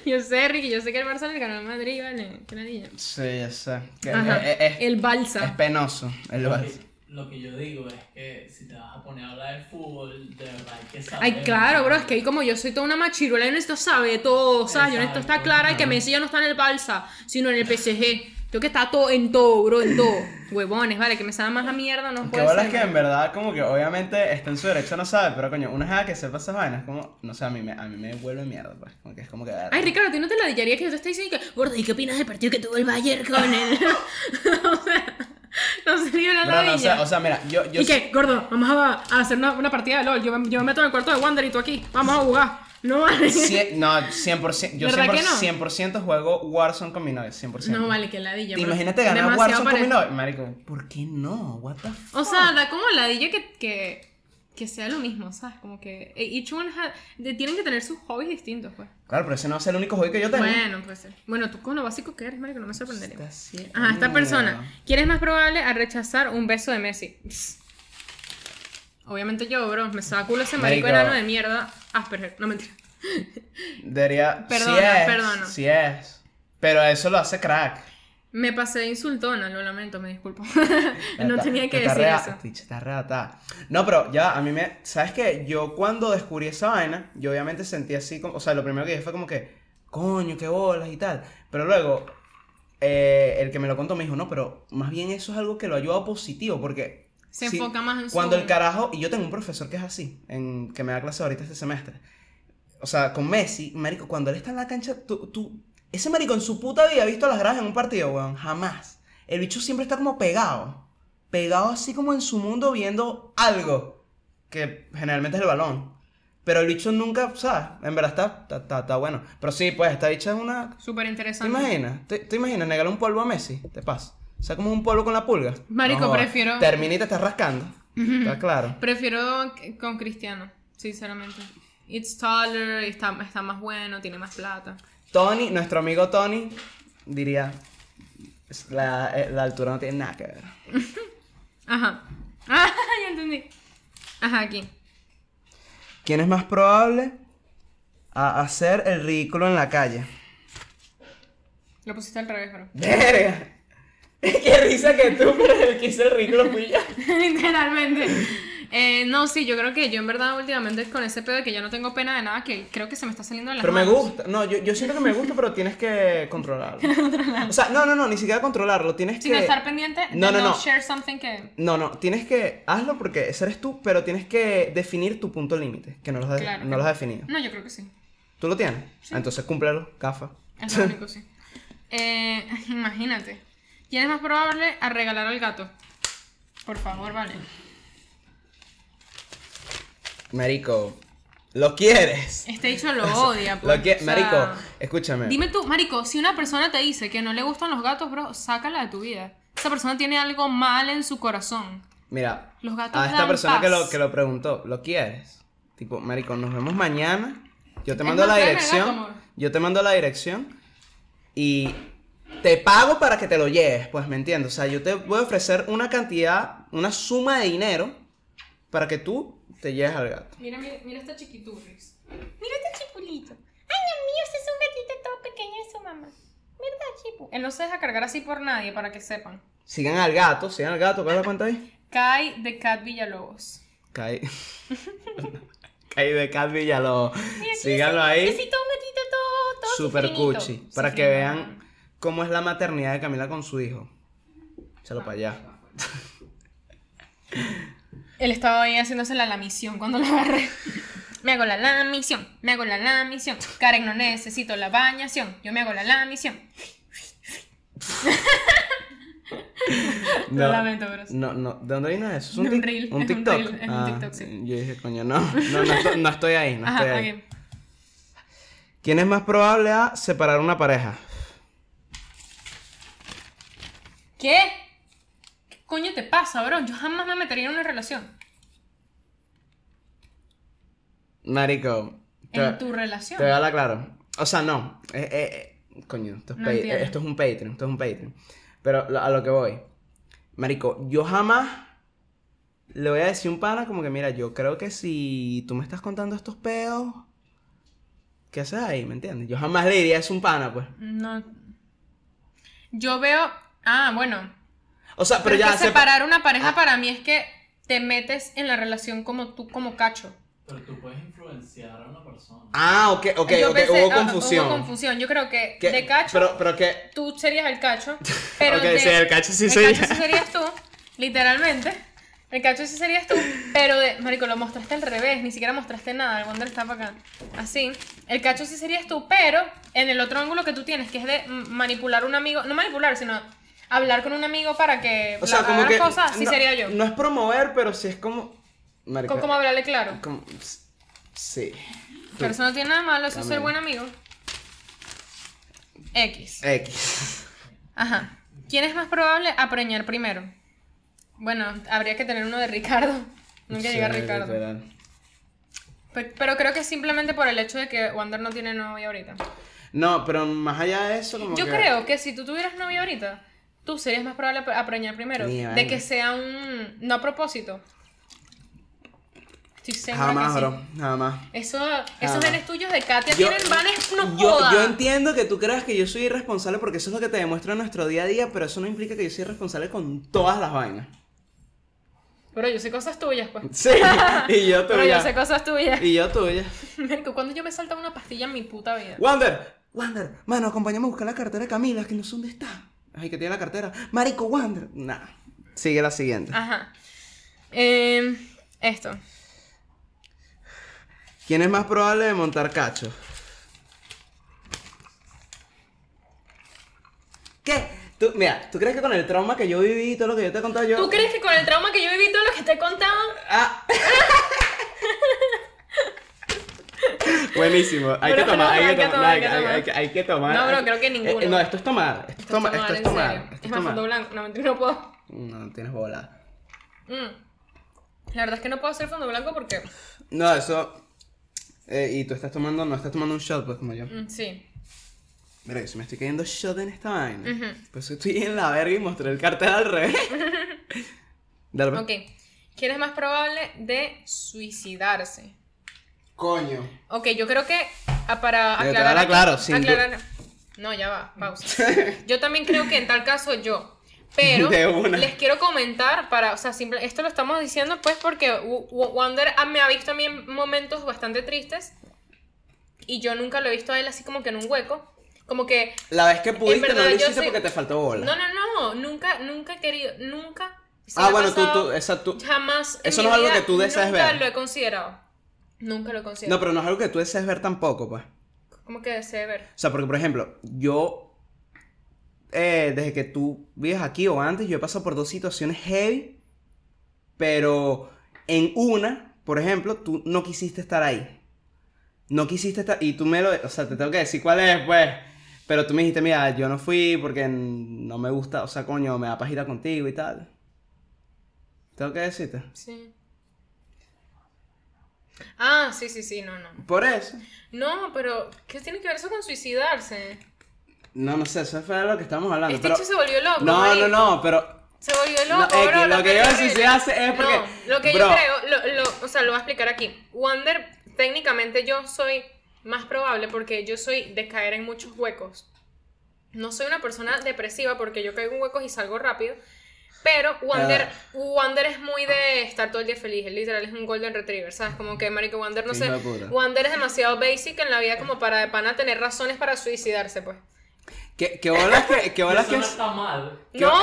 B: Yo sé, Ricky, yo sé que el Barça le ganó al Madrid, vale. Qué ladilla.
A: Sí, ya sé. Que-
B: Ajá,
A: es, es-
B: el
A: es
B: balsa.
A: penoso. el
E: Lo
A: vals.
E: que, lo que yo digo es que si te vas a poner a hablar de fútbol, de verdad hay que saber.
B: Ay, claro, bro, es que ahí como yo soy toda una machiruela, yo necesito saber todo, o sea, yo necesito estar
E: Exacto,
B: clara y que
E: ajá.
B: Messi ya no está en el balsa, sino en el PSG. Tengo que estar todo en todo, bro, en todo. Huevones, vale, que me sabe más a mierda, no
A: Que
B: puede
A: bola
B: ser.
A: es que en verdad, como que obviamente está en su derecho, no sabe, pero coño, una jeva que sepa esas vainas, como, no sé, a mí me, a mí me vuelve mierda, pues. Como que es como que.
B: Ay, Ricardo, ¿tú no te ladillarías que yo te estoy diciendo que, gordo, ¿y qué opinas del partido que tuvo el (laughs) Bayern con él? o sea, no sería una
A: No,
B: ladilla.
A: no, o sea, o sea, mira, yo, yo
B: y que, gordo, vamos a, a hacer una, una partida de LOL. Yo, me- yo me meto en el cuarto de Wander y tú aquí. Vamos a jugar. No vale.
A: cien-
B: (laughs)
A: no, 100%, yo
B: ¿Verdad que
A: 100%, 100% juego Warzone con mi novia, 100%.
B: No vale, que ladilla.
A: ¿Te
B: bro.
A: imagínate ganar
B: Demasiado
A: Warzone con mi
B: parecido.
A: novia? Marico, ¿por qué no? What the fuck?
B: O sea, da como ladilla que, que, que sea lo mismo, ¿sabes? Como que eh, each one ha- de- tienen que tener sus hobbies distintos, pues.
A: Claro, pero ese no es el único juego que yo tengo.
B: Bueno, puede ser. Bueno, tú con lo básico que eres, marico, no me sorprendería.
A: Está ciego.
B: Ajá, esta persona. ¿Quién es más probable a rechazar un beso de Messi? Pss. Obviamente yo, bro. Me saca culo ese marico
A: Marico.
B: enano de mierda. Asperger. No, mentira.
A: Debería.
B: Perdona,
A: sí es,
B: perdona.
A: Sí es. Pero eso lo hace crack.
B: Me pasé de insultona, lo lamento, me disculpo. (laughs)
A: Está-
B: no tenía que
A: está
B: decir
A: rea-
B: eso.
A: este bicho está reatada. No, pero ya, a mí me. ¿Sabes qué? Yo cuando descubrí esa vaina, yo obviamente sentí así como. O sea, lo primero que dije fue como que. Coño, qué bolas y tal. Pero luego. eh, el que me lo contó me dijo, no, pero más bien eso es algo que lo ha ayudado positivo, porque.
B: Se
A: si-
B: enfoca más en su-
A: Cuando el carajo. Y yo tengo un profesor que es así, en, que me da clase ahorita este semestre. O sea, con Messi, marico, cuando él está en la cancha, tú, tú- ese marico en su puta vida ha visto las gradas en un partido, weón, jamás. El bicho siempre está como pegado, pegado así como en su mundo viendo algo, que generalmente es el balón. Pero el bicho nunca, ¿sabes? En verdad está, está, está, está bueno. Pero sí, pues, esta bicha es una...
B: Súper
A: ¿Te
B: interesante.
A: imaginas? ¿Te, te imaginas negarle un polvo a Messi? Te pasa. O sea, como un polvo con la pulga.
B: Marico,
A: jodas.
B: prefiero-
A: Termina y te estás rascando. Está claro.
B: Prefiero c- con Cristiano, sinceramente. It's taller, está, está más bueno, tiene más plata.
A: Tony, nuestro amigo Tony, diría, "Es la, eh, la altura no tiene nada que ver.
B: Ajá. (laughs) Ah, ya entendí. Ajá, aquí.
A: ¿Quién es más probable a hacer el ridículo en la calle?
B: Lo pusiste al revés, bro. (laughs)
A: ¡Verga! (laughs) ¡Qué risa que tú, (laughs) pero el que hizo el ridículo fui yo!
B: Literalmente. Eh, no, sí, yo creo que yo en verdad últimamente con ese pedo de que ya no tengo pena de nada, que creo que se me está saliendo de las
A: Pero me
B: manos.
A: gusta. No, yo, yo siento que me gusta, pero tienes que
B: (laughs)
A: controlarlo. O sea, no, no, no, ni siquiera controlarlo. Tienes
B: Sin
A: que...
B: estar pendiente de
A: No,
B: no,
A: no, no.
B: share something que...
A: No, no, tienes que... Hazlo porque ese eres tú, pero tienes que definir tu punto límite, que no lo has,
B: Claro.
A: no lo has definido.
B: No, yo creo que sí.
A: ¿Tú lo tienes? Entonces cúmplelo, gafa.
B: Es lo único, (laughs) sí. Eh, imagínate. ¿Quién es más probable a regalar al gato? Por favor, vale.
A: Marico, ¿lo quieres?
B: Este hecho
A: (laughs)
B: lo odia. pues,
A: Lo que-
B: o sea,
A: Marico, escúchame.
B: Dime tú, Marico, si una persona te dice que no le gustan los gatos, bro, sácala de tu vida. Esa persona tiene algo mal en su corazón.
A: Mira,
B: Los gatos
A: a esta
B: dan
A: persona que
B: paz.
A: lo, que lo preguntó, ¿lo quieres? Tipo, marico, nos vemos mañana. Yo te
B: Es
A: mando la
B: más, tráeme
A: dirección.
B: gato, amor.
A: yo te mando la dirección. Y te pago para que te lo lleves, pues, ¿me entiendes? O sea, yo te voy a ofrecer una cantidad, una suma de dinero para que tú te lleves al gato.
B: Mira, mira, mira esta chiquiturris.
F: Mira este chipulito. Ay, Dios mío, este es un gatito todo pequeño de su mamá. ¿Verdad, chipu?
B: Él no se deja cargar así por nadie, para que sepan.
A: Sigan al gato, sigan al gato, ¿cuál es la cuenta ahí?
B: Kai de Cat Villalobos.
A: Caí. (laughs) Caí de Cat Villalobos.
F: Mira,
A: Síganlo ahí.
F: Necesito un gatito todo, todo
A: Super
F: sufrinito.
A: cuchi. Para que vean cómo es la maternidad de Camila con su hijo. Échalo para allá.
B: Él estaba ahí haciéndose la misión cuando la agarré. (laughs) Me hago la lamisión, me hago la lamisión. Karen no necesito la bañación, yo me hago la lamisión. Lo lamento, pero sí.
A: No, no. ¿De dónde vino eso? ¿Es un,
B: De un
A: tic-
B: reel,
A: un
B: es un
A: TikTok?
B: reel, es un
A: Ah,
B: TikTok, sí.
A: Yo dije, coño, no. No, no, estoy, no estoy ahí, no estoy
B: Ajá,
A: ahí.
B: ok.
A: ¿Quién es más probable a separar una pareja?
B: ¿Qué? ¿Qué coño te pasa, bro? Yo jamás me metería en una relación.
A: Marico. te-
B: En tu relación.
A: Te voy a hablar claro. O sea, no. Eh, eh, eh, coño, esto es,
B: No
A: pa-
B: entiendo.
A: eh, esto es un Patreon, esto es un Patreon. Pero lo- a lo que voy. Marico, yo jamás le voy a decir a un pana como que, mira, yo creo que si tú me estás contando estos pedos, ¿qué haces ahí? ¿Me entiendes? Yo jamás le diría es un pana, pues.
B: No. Yo veo. Ah, bueno.
A: O sea, pero,
B: Pero es
A: ya... Ah.
B: que
A: sepa-
B: separar una pareja para mí es que te metes en la relación como tú, como cacho.
E: Pero tú puedes influenciar a una persona.
A: Ah, ok, ok,
B: Yo
A: ok,
B: pensé,
A: hubo
B: ah,
A: confusión.
B: Hubo confusión. Yo creo que
A: ¿Qué?
B: de cacho,
A: Pero, pero que...
B: tú serías el cacho.
A: (laughs)
B: Pero
A: ok,
B: de,
A: sí, el cacho sí
B: de
A: soy
B: cacho
A: yo.
B: serías tú, literalmente. El cacho sí serías tú. Pero de. Marico, lo mostraste al revés. Ni siquiera mostraste nada. El Wonder está para acá. Así. El cacho sí serías tú, pero en el otro ángulo que tú tienes, que es de mm, manipular a un amigo. No manipular, sino hablar con un amigo para que
A: O sea,
B: la-
A: como
B: haga
A: que...
B: cosas. Así
A: no,
B: sería yo.
A: No es promover, pero sí es como... Marico,
B: Co- como hablarle claro.
A: Como- s- sí.
B: Pero eso no tiene nada de malo, eso es ser
A: Amén.
B: buen amigo. X.
A: X.
B: Ajá. ¿Quién es más probable a preñar primero? Bueno, habría que tener uno de Ricardo. (laughs) Nunca llega
A: Sí,
B: Ricardo. Pe-
A: literal.
B: Pero, creo que es simplemente por el hecho de que Wander no tiene novia ahorita.
A: No, pero más allá de eso, como
B: Yo
A: que-
B: creo que si tú tuvieras novia ahorita, tú serías más probable a pre- a preñar primero.
A: Ni
B: de
A: vaina.
B: que sea un. No a propósito. Estoy segura
A: Jamás,
B: que sí.
A: bro. Jamás.
B: Eso, esos
A: Jamás.
B: genes tuyos de Katia
A: Yo-
B: tienen vanes, no
A: Yo,
B: joda.
A: yo entiendo que tú creas que yo soy irresponsable porque eso es lo que te demuestra nuestro día a día, pero eso no implica que yo soy irresponsable con todas las vainas.
B: Pero yo sé cosas tuyas, pues.
A: Sí, (laughs) y yo
B: Pero yo
A: tuya.
B: sé cosas tuyas. (laughs)
A: Y yo tuya.
B: Marico, cuando yo me salta una pastilla en mi puta vida.
A: Wander, Wander, mano, acompáñame a buscar la cartera de Camila, que no sé dónde está. Ay, que tiene la cartera. Marico, Wander. Nah. Sigue la siguiente.
B: Ajá. Em, esto.
A: ¿Quién es más probable de montar cacho? ¿Qué? Tú, mira, ¿tú crees que con el trauma que yo viví y todo lo que yo te he contado yo...
B: ¿Tú crees que con el trauma que yo viví todo lo que te he contado? (laughs)
A: Ah. Buenísimo, hay que
B: Bro,
A: tomar,
B: no,
A: hay que
B: hay que
A: tomar, hay
B: tomar,
A: que-
B: hay que
A: hay que- hay que tomar.
B: No, bro,
A: hay-
B: creo que
A: Eh, eh,
B: ninguno.
A: no, esto es tomar, esto es tomar, esto es tomar,
B: en serio.
A: esto
B: Es
A: es
B: más fondo
A: tomar.
B: blanco. No, mentira, no puedo.
A: No, tienes bola.
B: Mm. La verdad es que no puedo hacer fondo blanco porque.
A: No, eso... eh, y tú estás tomando, no estás tomando un shot, pues como yo.
B: mm, sí.
A: Mira, que se me estoy cayendo shot en esta vaina.
B: Ujú.
A: Pues estoy en la verga y mostré el cartel al
B: (laughs)
A: revés. Dale, pues.
B: Ok. ¿Quién es más probable de suicidarse?
A: Coño.
B: Ok, yo creo que ah, para
A: Pero te
B: aclarar.
A: habla
B: aquí-
A: claro, sin
B: aclarar- No, ya va,
A: (laughs)
B: pausa. Yo también creo que en tal caso yo. Pero
A: De una.
B: les quiero comentar para, o sea, simple- esto lo estamos diciendo pues porque W- W- Wander ah, me ha visto a mí en momentos bastante tristes y yo nunca lo he visto a él así como que en un hueco, como que
A: La vez que pudiste no
B: verdad,
A: lo
B: yo
A: hiciste
B: soy-
A: porque te faltó bola.
B: no, no, no, nunca nunca he querido, nunca se me
A: ah,
B: ha
A: bueno, tú,
B: pasado
A: tú, esa tú.
B: jamás en
A: eso
B: mi
A: no es algo
B: vida,
A: que tú deseas
B: nunca
A: ver.
B: lo he considerado. Nunca lo he considerado.
A: No, pero no es algo que tú desees ver tampoco, pues. O
B: Como que desee ver.
A: sea, porque, por ejemplo, yo. eh, desde que tú vives aquí o antes, yo he pasado por dos situaciones heavy Pero en una, por ejemplo, tú no quisiste estar ahí. No quisiste estar. Y tú me lo. O sea, te tengo que decir cuál es, pues. Pero tú me dijiste, mira, yo no fui porque no me gusta. O sea, coño, me da pajita contigo y tal. Tengo que decirte.
B: Sí. Ah, sí, sí, sí, no, no.
A: Por eso.
B: No, pero ¿qué tiene que ver eso con suicidarse?
A: No, no sé, eso fue lo que estamos hablando.
B: Este
A: pero-
B: bicho se volvió loco.
A: no, no,
B: marico.
A: no, pero
B: Se volvió
A: No,
B: loco.
A: es que
B: bro,
A: lo que
B: yo
A: yo sí se hace es porque-
B: lo que yo
A: bro.
B: creo, lo, lo- o sea, lo voy a explicar aquí. Wander, técnicamente yo soy más probable porque yo soy de caer en muchos huecos. No soy una persona depresiva porque yo caigo en huecos y salgo rápido. Pero Wander,
A: Ah.
B: Wander es muy de estar todo el día feliz. Él literal es un golden retriever, ¿sabes? Como que, marico, Wander no
A: Qué
B: sé.
A: hijo de puta.
B: Wander es demasiado basic en la vida como para de pana tener razones para suicidarse, pues.
A: que, que bolas que, que bolas
E: Eso
A: que
E: no está mal.
A: ¿Qué-
B: ¡No!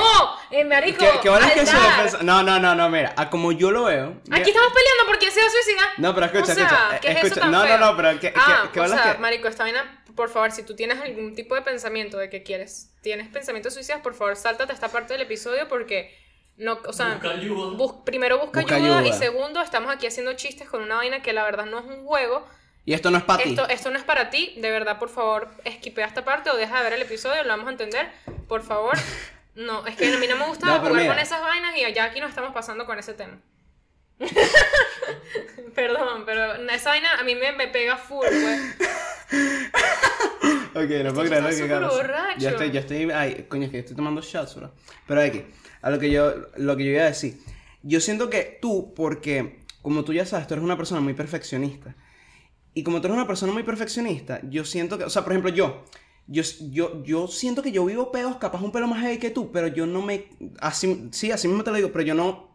B: Eh, marico!
A: que, que bolas que se
B: maldad.
A: defensa- No, no, no, no, mira, a como yo lo veo. mira-
B: Aquí estamos peleando por quién se va a suicidar.
A: No, pero escucha,
B: o sea,
A: escucha,
B: ¿qué es
A: escucha.
B: eso tan
A: No, no,
B: feo?
A: no, pero que- que-
B: ah,
A: que
B: o
A: hablas
B: sea,
A: que-
B: marico, esta vaina, por favor, si tú tienes algún tipo de pensamiento de que quieres, tienes pensamientos suicidas, por favor, sáltate esta parte del episodio porque no, o sea,
E: Busca ayuda.
B: bus- primero busca,
A: Busca
B: ayuda, y
A: ayuda.
B: segundo, estamos aquí haciendo chistes con una vaina que la verdad no es un juego.
A: Y esto no es para ti.
B: Esto, esto no es para ti, de verdad, por favor, esquipea esta parte o deja de ver el episodio, lo vamos a entender, por
A: (laughs)
B: favor. No, es que a mí no me gusta
A: No, pero
B: jugar
A: mira.
B: con esas vainas y allá aquí nos estamos pasando con
A: (laughs)
B: ese tema. (laughs) Perdón, pero esa vaina a mí me, me pega full, pues. güey.
A: Ok, no puedo
B: está
A: creer lo que
B: súper
A: acabo de hacer.
B: borracho.
A: Yo estoy, yo estoy, ay, coño, es que yo estoy tomando shots, bro. Pero aquí, a lo que yo, lo que yo iba a decir. Yo siento que tú, porque, como tú ya sabes, tú eres una persona muy perfeccionista. Y como tú eres una persona muy perfeccionista, yo siento que, o sea, por ejemplo, yo, yo, yo, yo siento que yo vivo pedos, capaz un pelo más heavy que tú, pero yo no me, así, sí, así mismo te lo digo, pero yo no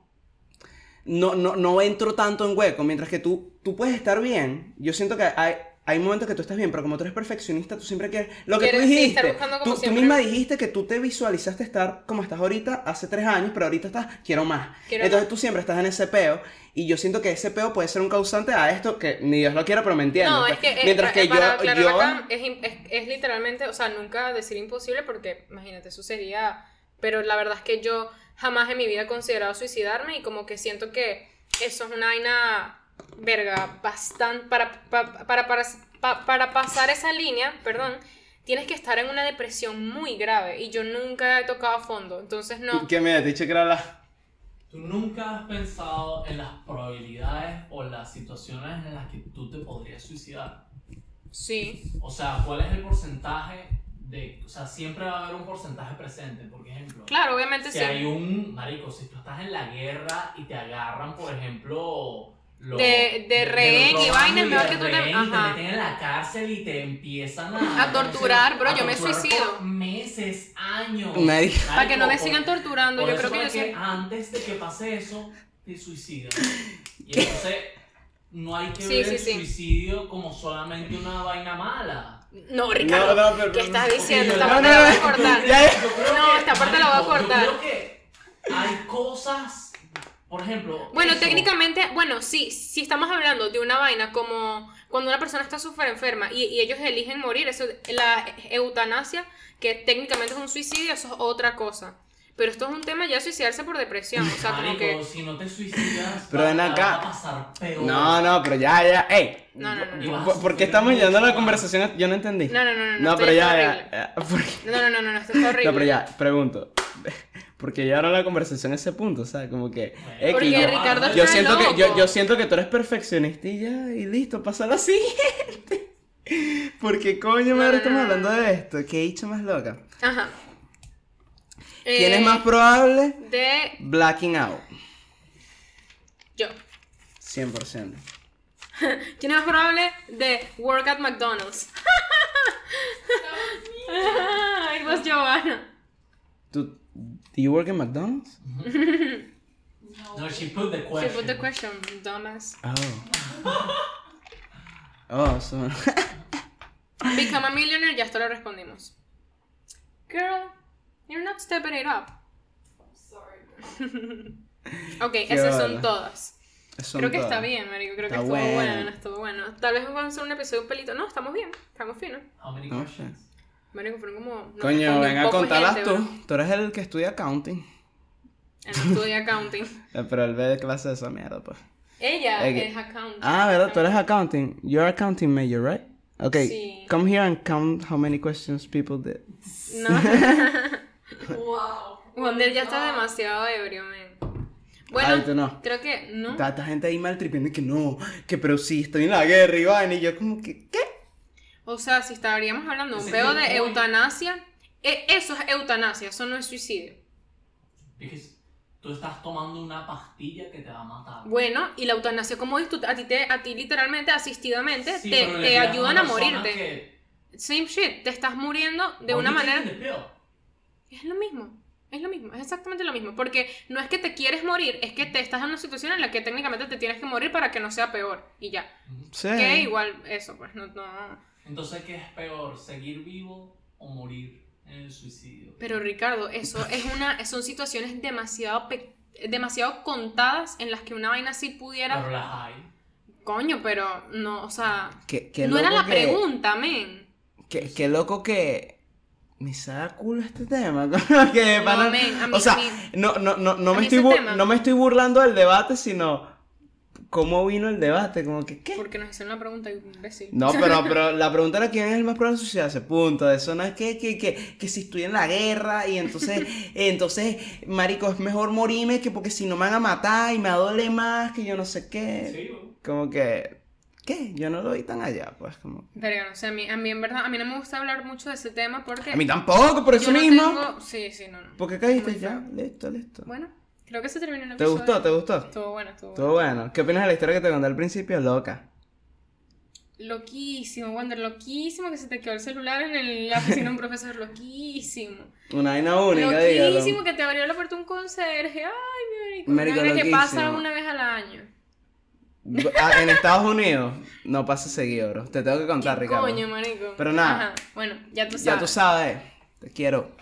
A: no, no, no entro tanto en hueco, mientras que tú, tú puedes estar bien. Yo siento que hay, hay momentos que tú estás bien, pero como tú eres perfeccionista, tú siempre quieres... Lo que tú
B: Quieres, sí,
A: dijiste,
B: estar buscando como
A: tú, tú
B: siempre.
A: misma dijiste que tú te visualizaste estar como estás ahorita hace tres años, pero ahorita estás, quiero más.
B: Quiero
A: Entonces
B: más.
A: tú siempre estás en ese peo, y yo siento que ese peo puede ser un causante a esto, que ni Dios lo quiera, pero me entiendes.
B: No,
A: pues.
B: es que, eh,
A: mientras que
B: para
A: yo...
B: aclarar
A: yo
B: acá, es, im- es- es literalmente, o sea, nunca decir imposible porque, imagínate, eso sería... Pero la verdad es que yo jamás en mi vida he considerado suicidarme y como que siento que eso es una vaina, verga, bastante... Para, pa- para, para, pa- para pasar esa línea, perdón, tienes que estar en una depresión muy grave y yo nunca he tocado fondo, entonces
E: (laughs)
B: no...
A: Que me has dicho que era la...
E: ¿Tú nunca has pensado en las probabilidades o las situaciones en las que tú te podrías suicidar?
B: Sí,
E: O sea, ¿cuál es el porcentaje de... O sea, siempre va a haber un porcentaje presente, por ejemplo.
B: claro, obviamente
E: Si
B: sí.
E: hay un... Marico, si tú estás en la guerra y te agarran, por ejemplo... los-
B: De- de
E: los
B: rehén y
E: robando
B: vainas,
E: de
B: mejor que tú te-
E: rehén y te
B: ajá.
E: meten en la cárcel y te empiezan a...
B: A torturar, bro,
E: a
B: yo me
E: torturar por
B: suicido.
E: Meses, años.
A: Marico.
B: Para que no me
E: por-
B: sigan torturando,
E: por
B: yo
E: eso
B: creo que yo
E: es que
B: soy...
E: antes de que pase eso, te suicidas. Y entonces no hay que
B: Sí,
E: ver
B: sí,
E: el
B: sí.
E: suicidio como solamente una vaina mala.
B: No, Ricardo,
A: No, no, pero-
B: ¿qué estás
A: no,
B: diciendo?
E: no,
B: Esta
E: no,
B: parte la voy a cortar.
A: Ya, ya.
E: Yo creo
B: No, esta parte la voy a
E: marico,
B: cortar.
E: Yo creo que hay cosas, por ejemplo.
B: Bueno,
E: eso,
B: técnicamente, bueno, sí, si estamos hablando de una vaina como cuando una persona está súper enferma y, y ellos eligen morir, eso, la eutanasia, que técnicamente es un suicidio, eso es otra cosa. Pero esto es un tema ya de suicidarse por depresión, o sea, como
E: marico,
B: que...
E: si no te suicidas,
A: Pero ven
E: la- la
A: acá.
E: vas a pasar peor.
A: No, no, pero ya, ya, ey.
B: No, no, no, no.
A: ¿Por- ¿Por, por qué estamos llevando la conversación? a- Yo no entendí.
B: No, no, no, no, no,
A: No,
B: esto
A: pero
B: ya
A: ya,
B: está
A: ya. ya, ¿por qué?
B: No, no, no, no, no, esto es horrible.
A: No, pero ya, pregunto. (laughs) Porque llegaron la conversación a ese punto, ¿sabes? Como que. X,
B: Porque
A: yo,
B: Ricardo
A: yo
B: está
A: siento
B: loco.
A: que, yo, yo siento que tú eres perfeccionista y ya, y listo, pasa a la siguiente. (laughs) Porque coño,
B: No, no,
A: madre, estamos
B: no, no,
A: hablando de esto. ¿Qué he dicho más loca?
B: Ajá.
A: ¿Quién es
B: Eh,
A: más probable?
B: De
A: Blacking out.
B: yo.
A: 100%.
B: ¿Quién es más probable de work at McDonald's? (laughs) It was pues, Giovanna.
A: ¿Tú, do you work in McDonald's?
E: No, she put the
B: She
A: Pues
E: question.
B: put the question, dumbass.
A: Oh. (laughs) Oh, so.
B: Become a millionaire, ya esto lo respondimos. Girl, you're not stepping it up.
D: Sorry. bro.
A: (laughs)
B: Ok,
A: Qué
B: esas
A: bola.
B: son todas.
A: son
B: creo que está
A: todas.
B: bien, Marico. Creo que
A: Está
B: estuvo bueno.
A: bueno.
B: estuvo bueno. Tal vez vamos a hacer un episodio un pelito. No, estamos bien, estamos finos.
E: How many
A: No
E: questions?
A: sé.
B: Marico, fueron como. nos
A: Coño,
B: respondió
A: ven a
B: poco
A: contarlas
B: gente,
A: tú.
B: bro.
A: Tú eres el que estudia accounting.
B: Él no estudia accounting.
A: (laughs) Eh, Pero él ve clase de esa mierda, pues.
B: Ella
A: Eh,
B: es accounting.
A: Ah, ¿verdad? Tú eres accounting. You're accounting major, right? Okay.
B: Sí.
A: Come here and count how many questions people did. (laughs)
B: No.
D: Wow.
B: Wander ya está demasiado ebrio, men. Bueno, ¿Mm?
A: Ay, tú no.
B: creo que no.
A: Tanta gente ahí mal tripiendo y que no, que pero sí, estoy en la guerra, Iván. Y yo como que, ¿qué?
B: O sea, si estaríamos hablando de un
E: Ese
B: peo
E: es el
B: de
E: point.
B: eutanasia, e- eso es eutanasia, eso no es suicidio.
E: Because tú estás tomando una pastilla que te va a matar.
B: Bueno, y la eutanasia, como dices tú, a ti, te, a ti literalmente, asistidamente,
E: Sí,
B: te,
E: pero le
B: te
E: pidas
B: ayudan a
E: una persona
B: morirte.
E: que-
B: Same shit, te estás muriendo de
E: Or
B: una
E: you
B: manera...
E: taking the pill.
B: Es lo mismo, es lo mismo, es exactamente lo mismo, porque no es que te quieres morir, es que te estás en una situación en la que técnicamente te tienes que morir para que no sea peor, y ya.
E: Ujú.
A: Sí.
B: Que igual eso, pues no, no.
E: Entonces, ¿qué es peor? ¿Seguir vivo o morir en el suicidio?
B: Pero Ricardo, eso es una, son situaciones demasiado, pe- demasiado contadas en las que una vaina así pudiera...
E: Pero las hay.
B: Coño, pero no, o sea...
A: Que- que
B: no era
A: loco
B: la
A: que-
B: pregunta, men.
A: Qué, qué loco que me saca culo este tema. (laughs) como que,
B: No,
A: pana-
B: men, a mí-
A: o sea,
B: a mí-
A: no, no, no, no
B: a
A: me
B: mí
A: estoy
B: ese
A: bur-
B: tema-
A: no me estoy burlando del debate, sino cómo vino el debate. Como que, ¿qué?
B: Porque nos hicieron una pregunta imbécil. (laughs)
A: No, pero, pero la pregunta era quién es el más probable de suicidarse, punto. Eso no es que, que, que, que si estoy en la guerra y entonces,
B: (laughs)
A: entonces, marico, es mejor morirme que porque si no me van a matar y me duele más que yo no sé qué.
E: Sí, güey.
A: Como que, ¿qué? Yo no lo vi tan allá, pues como...
B: Pero, o sea, a mí, a mí en verdad, a mí no me gusta hablar mucho de ese tema porque...
A: A mí tampoco, por eso
B: Eh, yo no
A: mismo.
B: tengo- Sí, sí, no, no.
A: ¿Por qué caíste
B: Muy
A: ya?
B: feo.
A: Listo, listo.
B: Bueno, creo que se terminó el
A: ¿Te
B: episodio.
A: gustó? ¿Te gustó?
B: Estuvo bueno, estuvo bueno.
A: Todo bueno. ¿Qué opinas de la historia que te conté al principio, loca?
B: Loquísimo, Wander, loquísimo que se te quedó el celular en el- la oficina de un profesor, loquísimo.
A: Una vaina única, dígalo.
B: Loquísimo que te abrió la puerta un conserje. Ay, mi marico.
A: Marico,
B: Una vaina que pasa
A: loquísimo.
B: una vez al año.
A: Ah, En Estados Unidos no pasa seguido, bro. Te tengo que contar,
B: ¿Qué
A: Ricardo.
B: coño, marico?
A: Pero nada.
B: Ajá, Bueno, ya tú sabes.
A: Ya tú sabes, te quiero.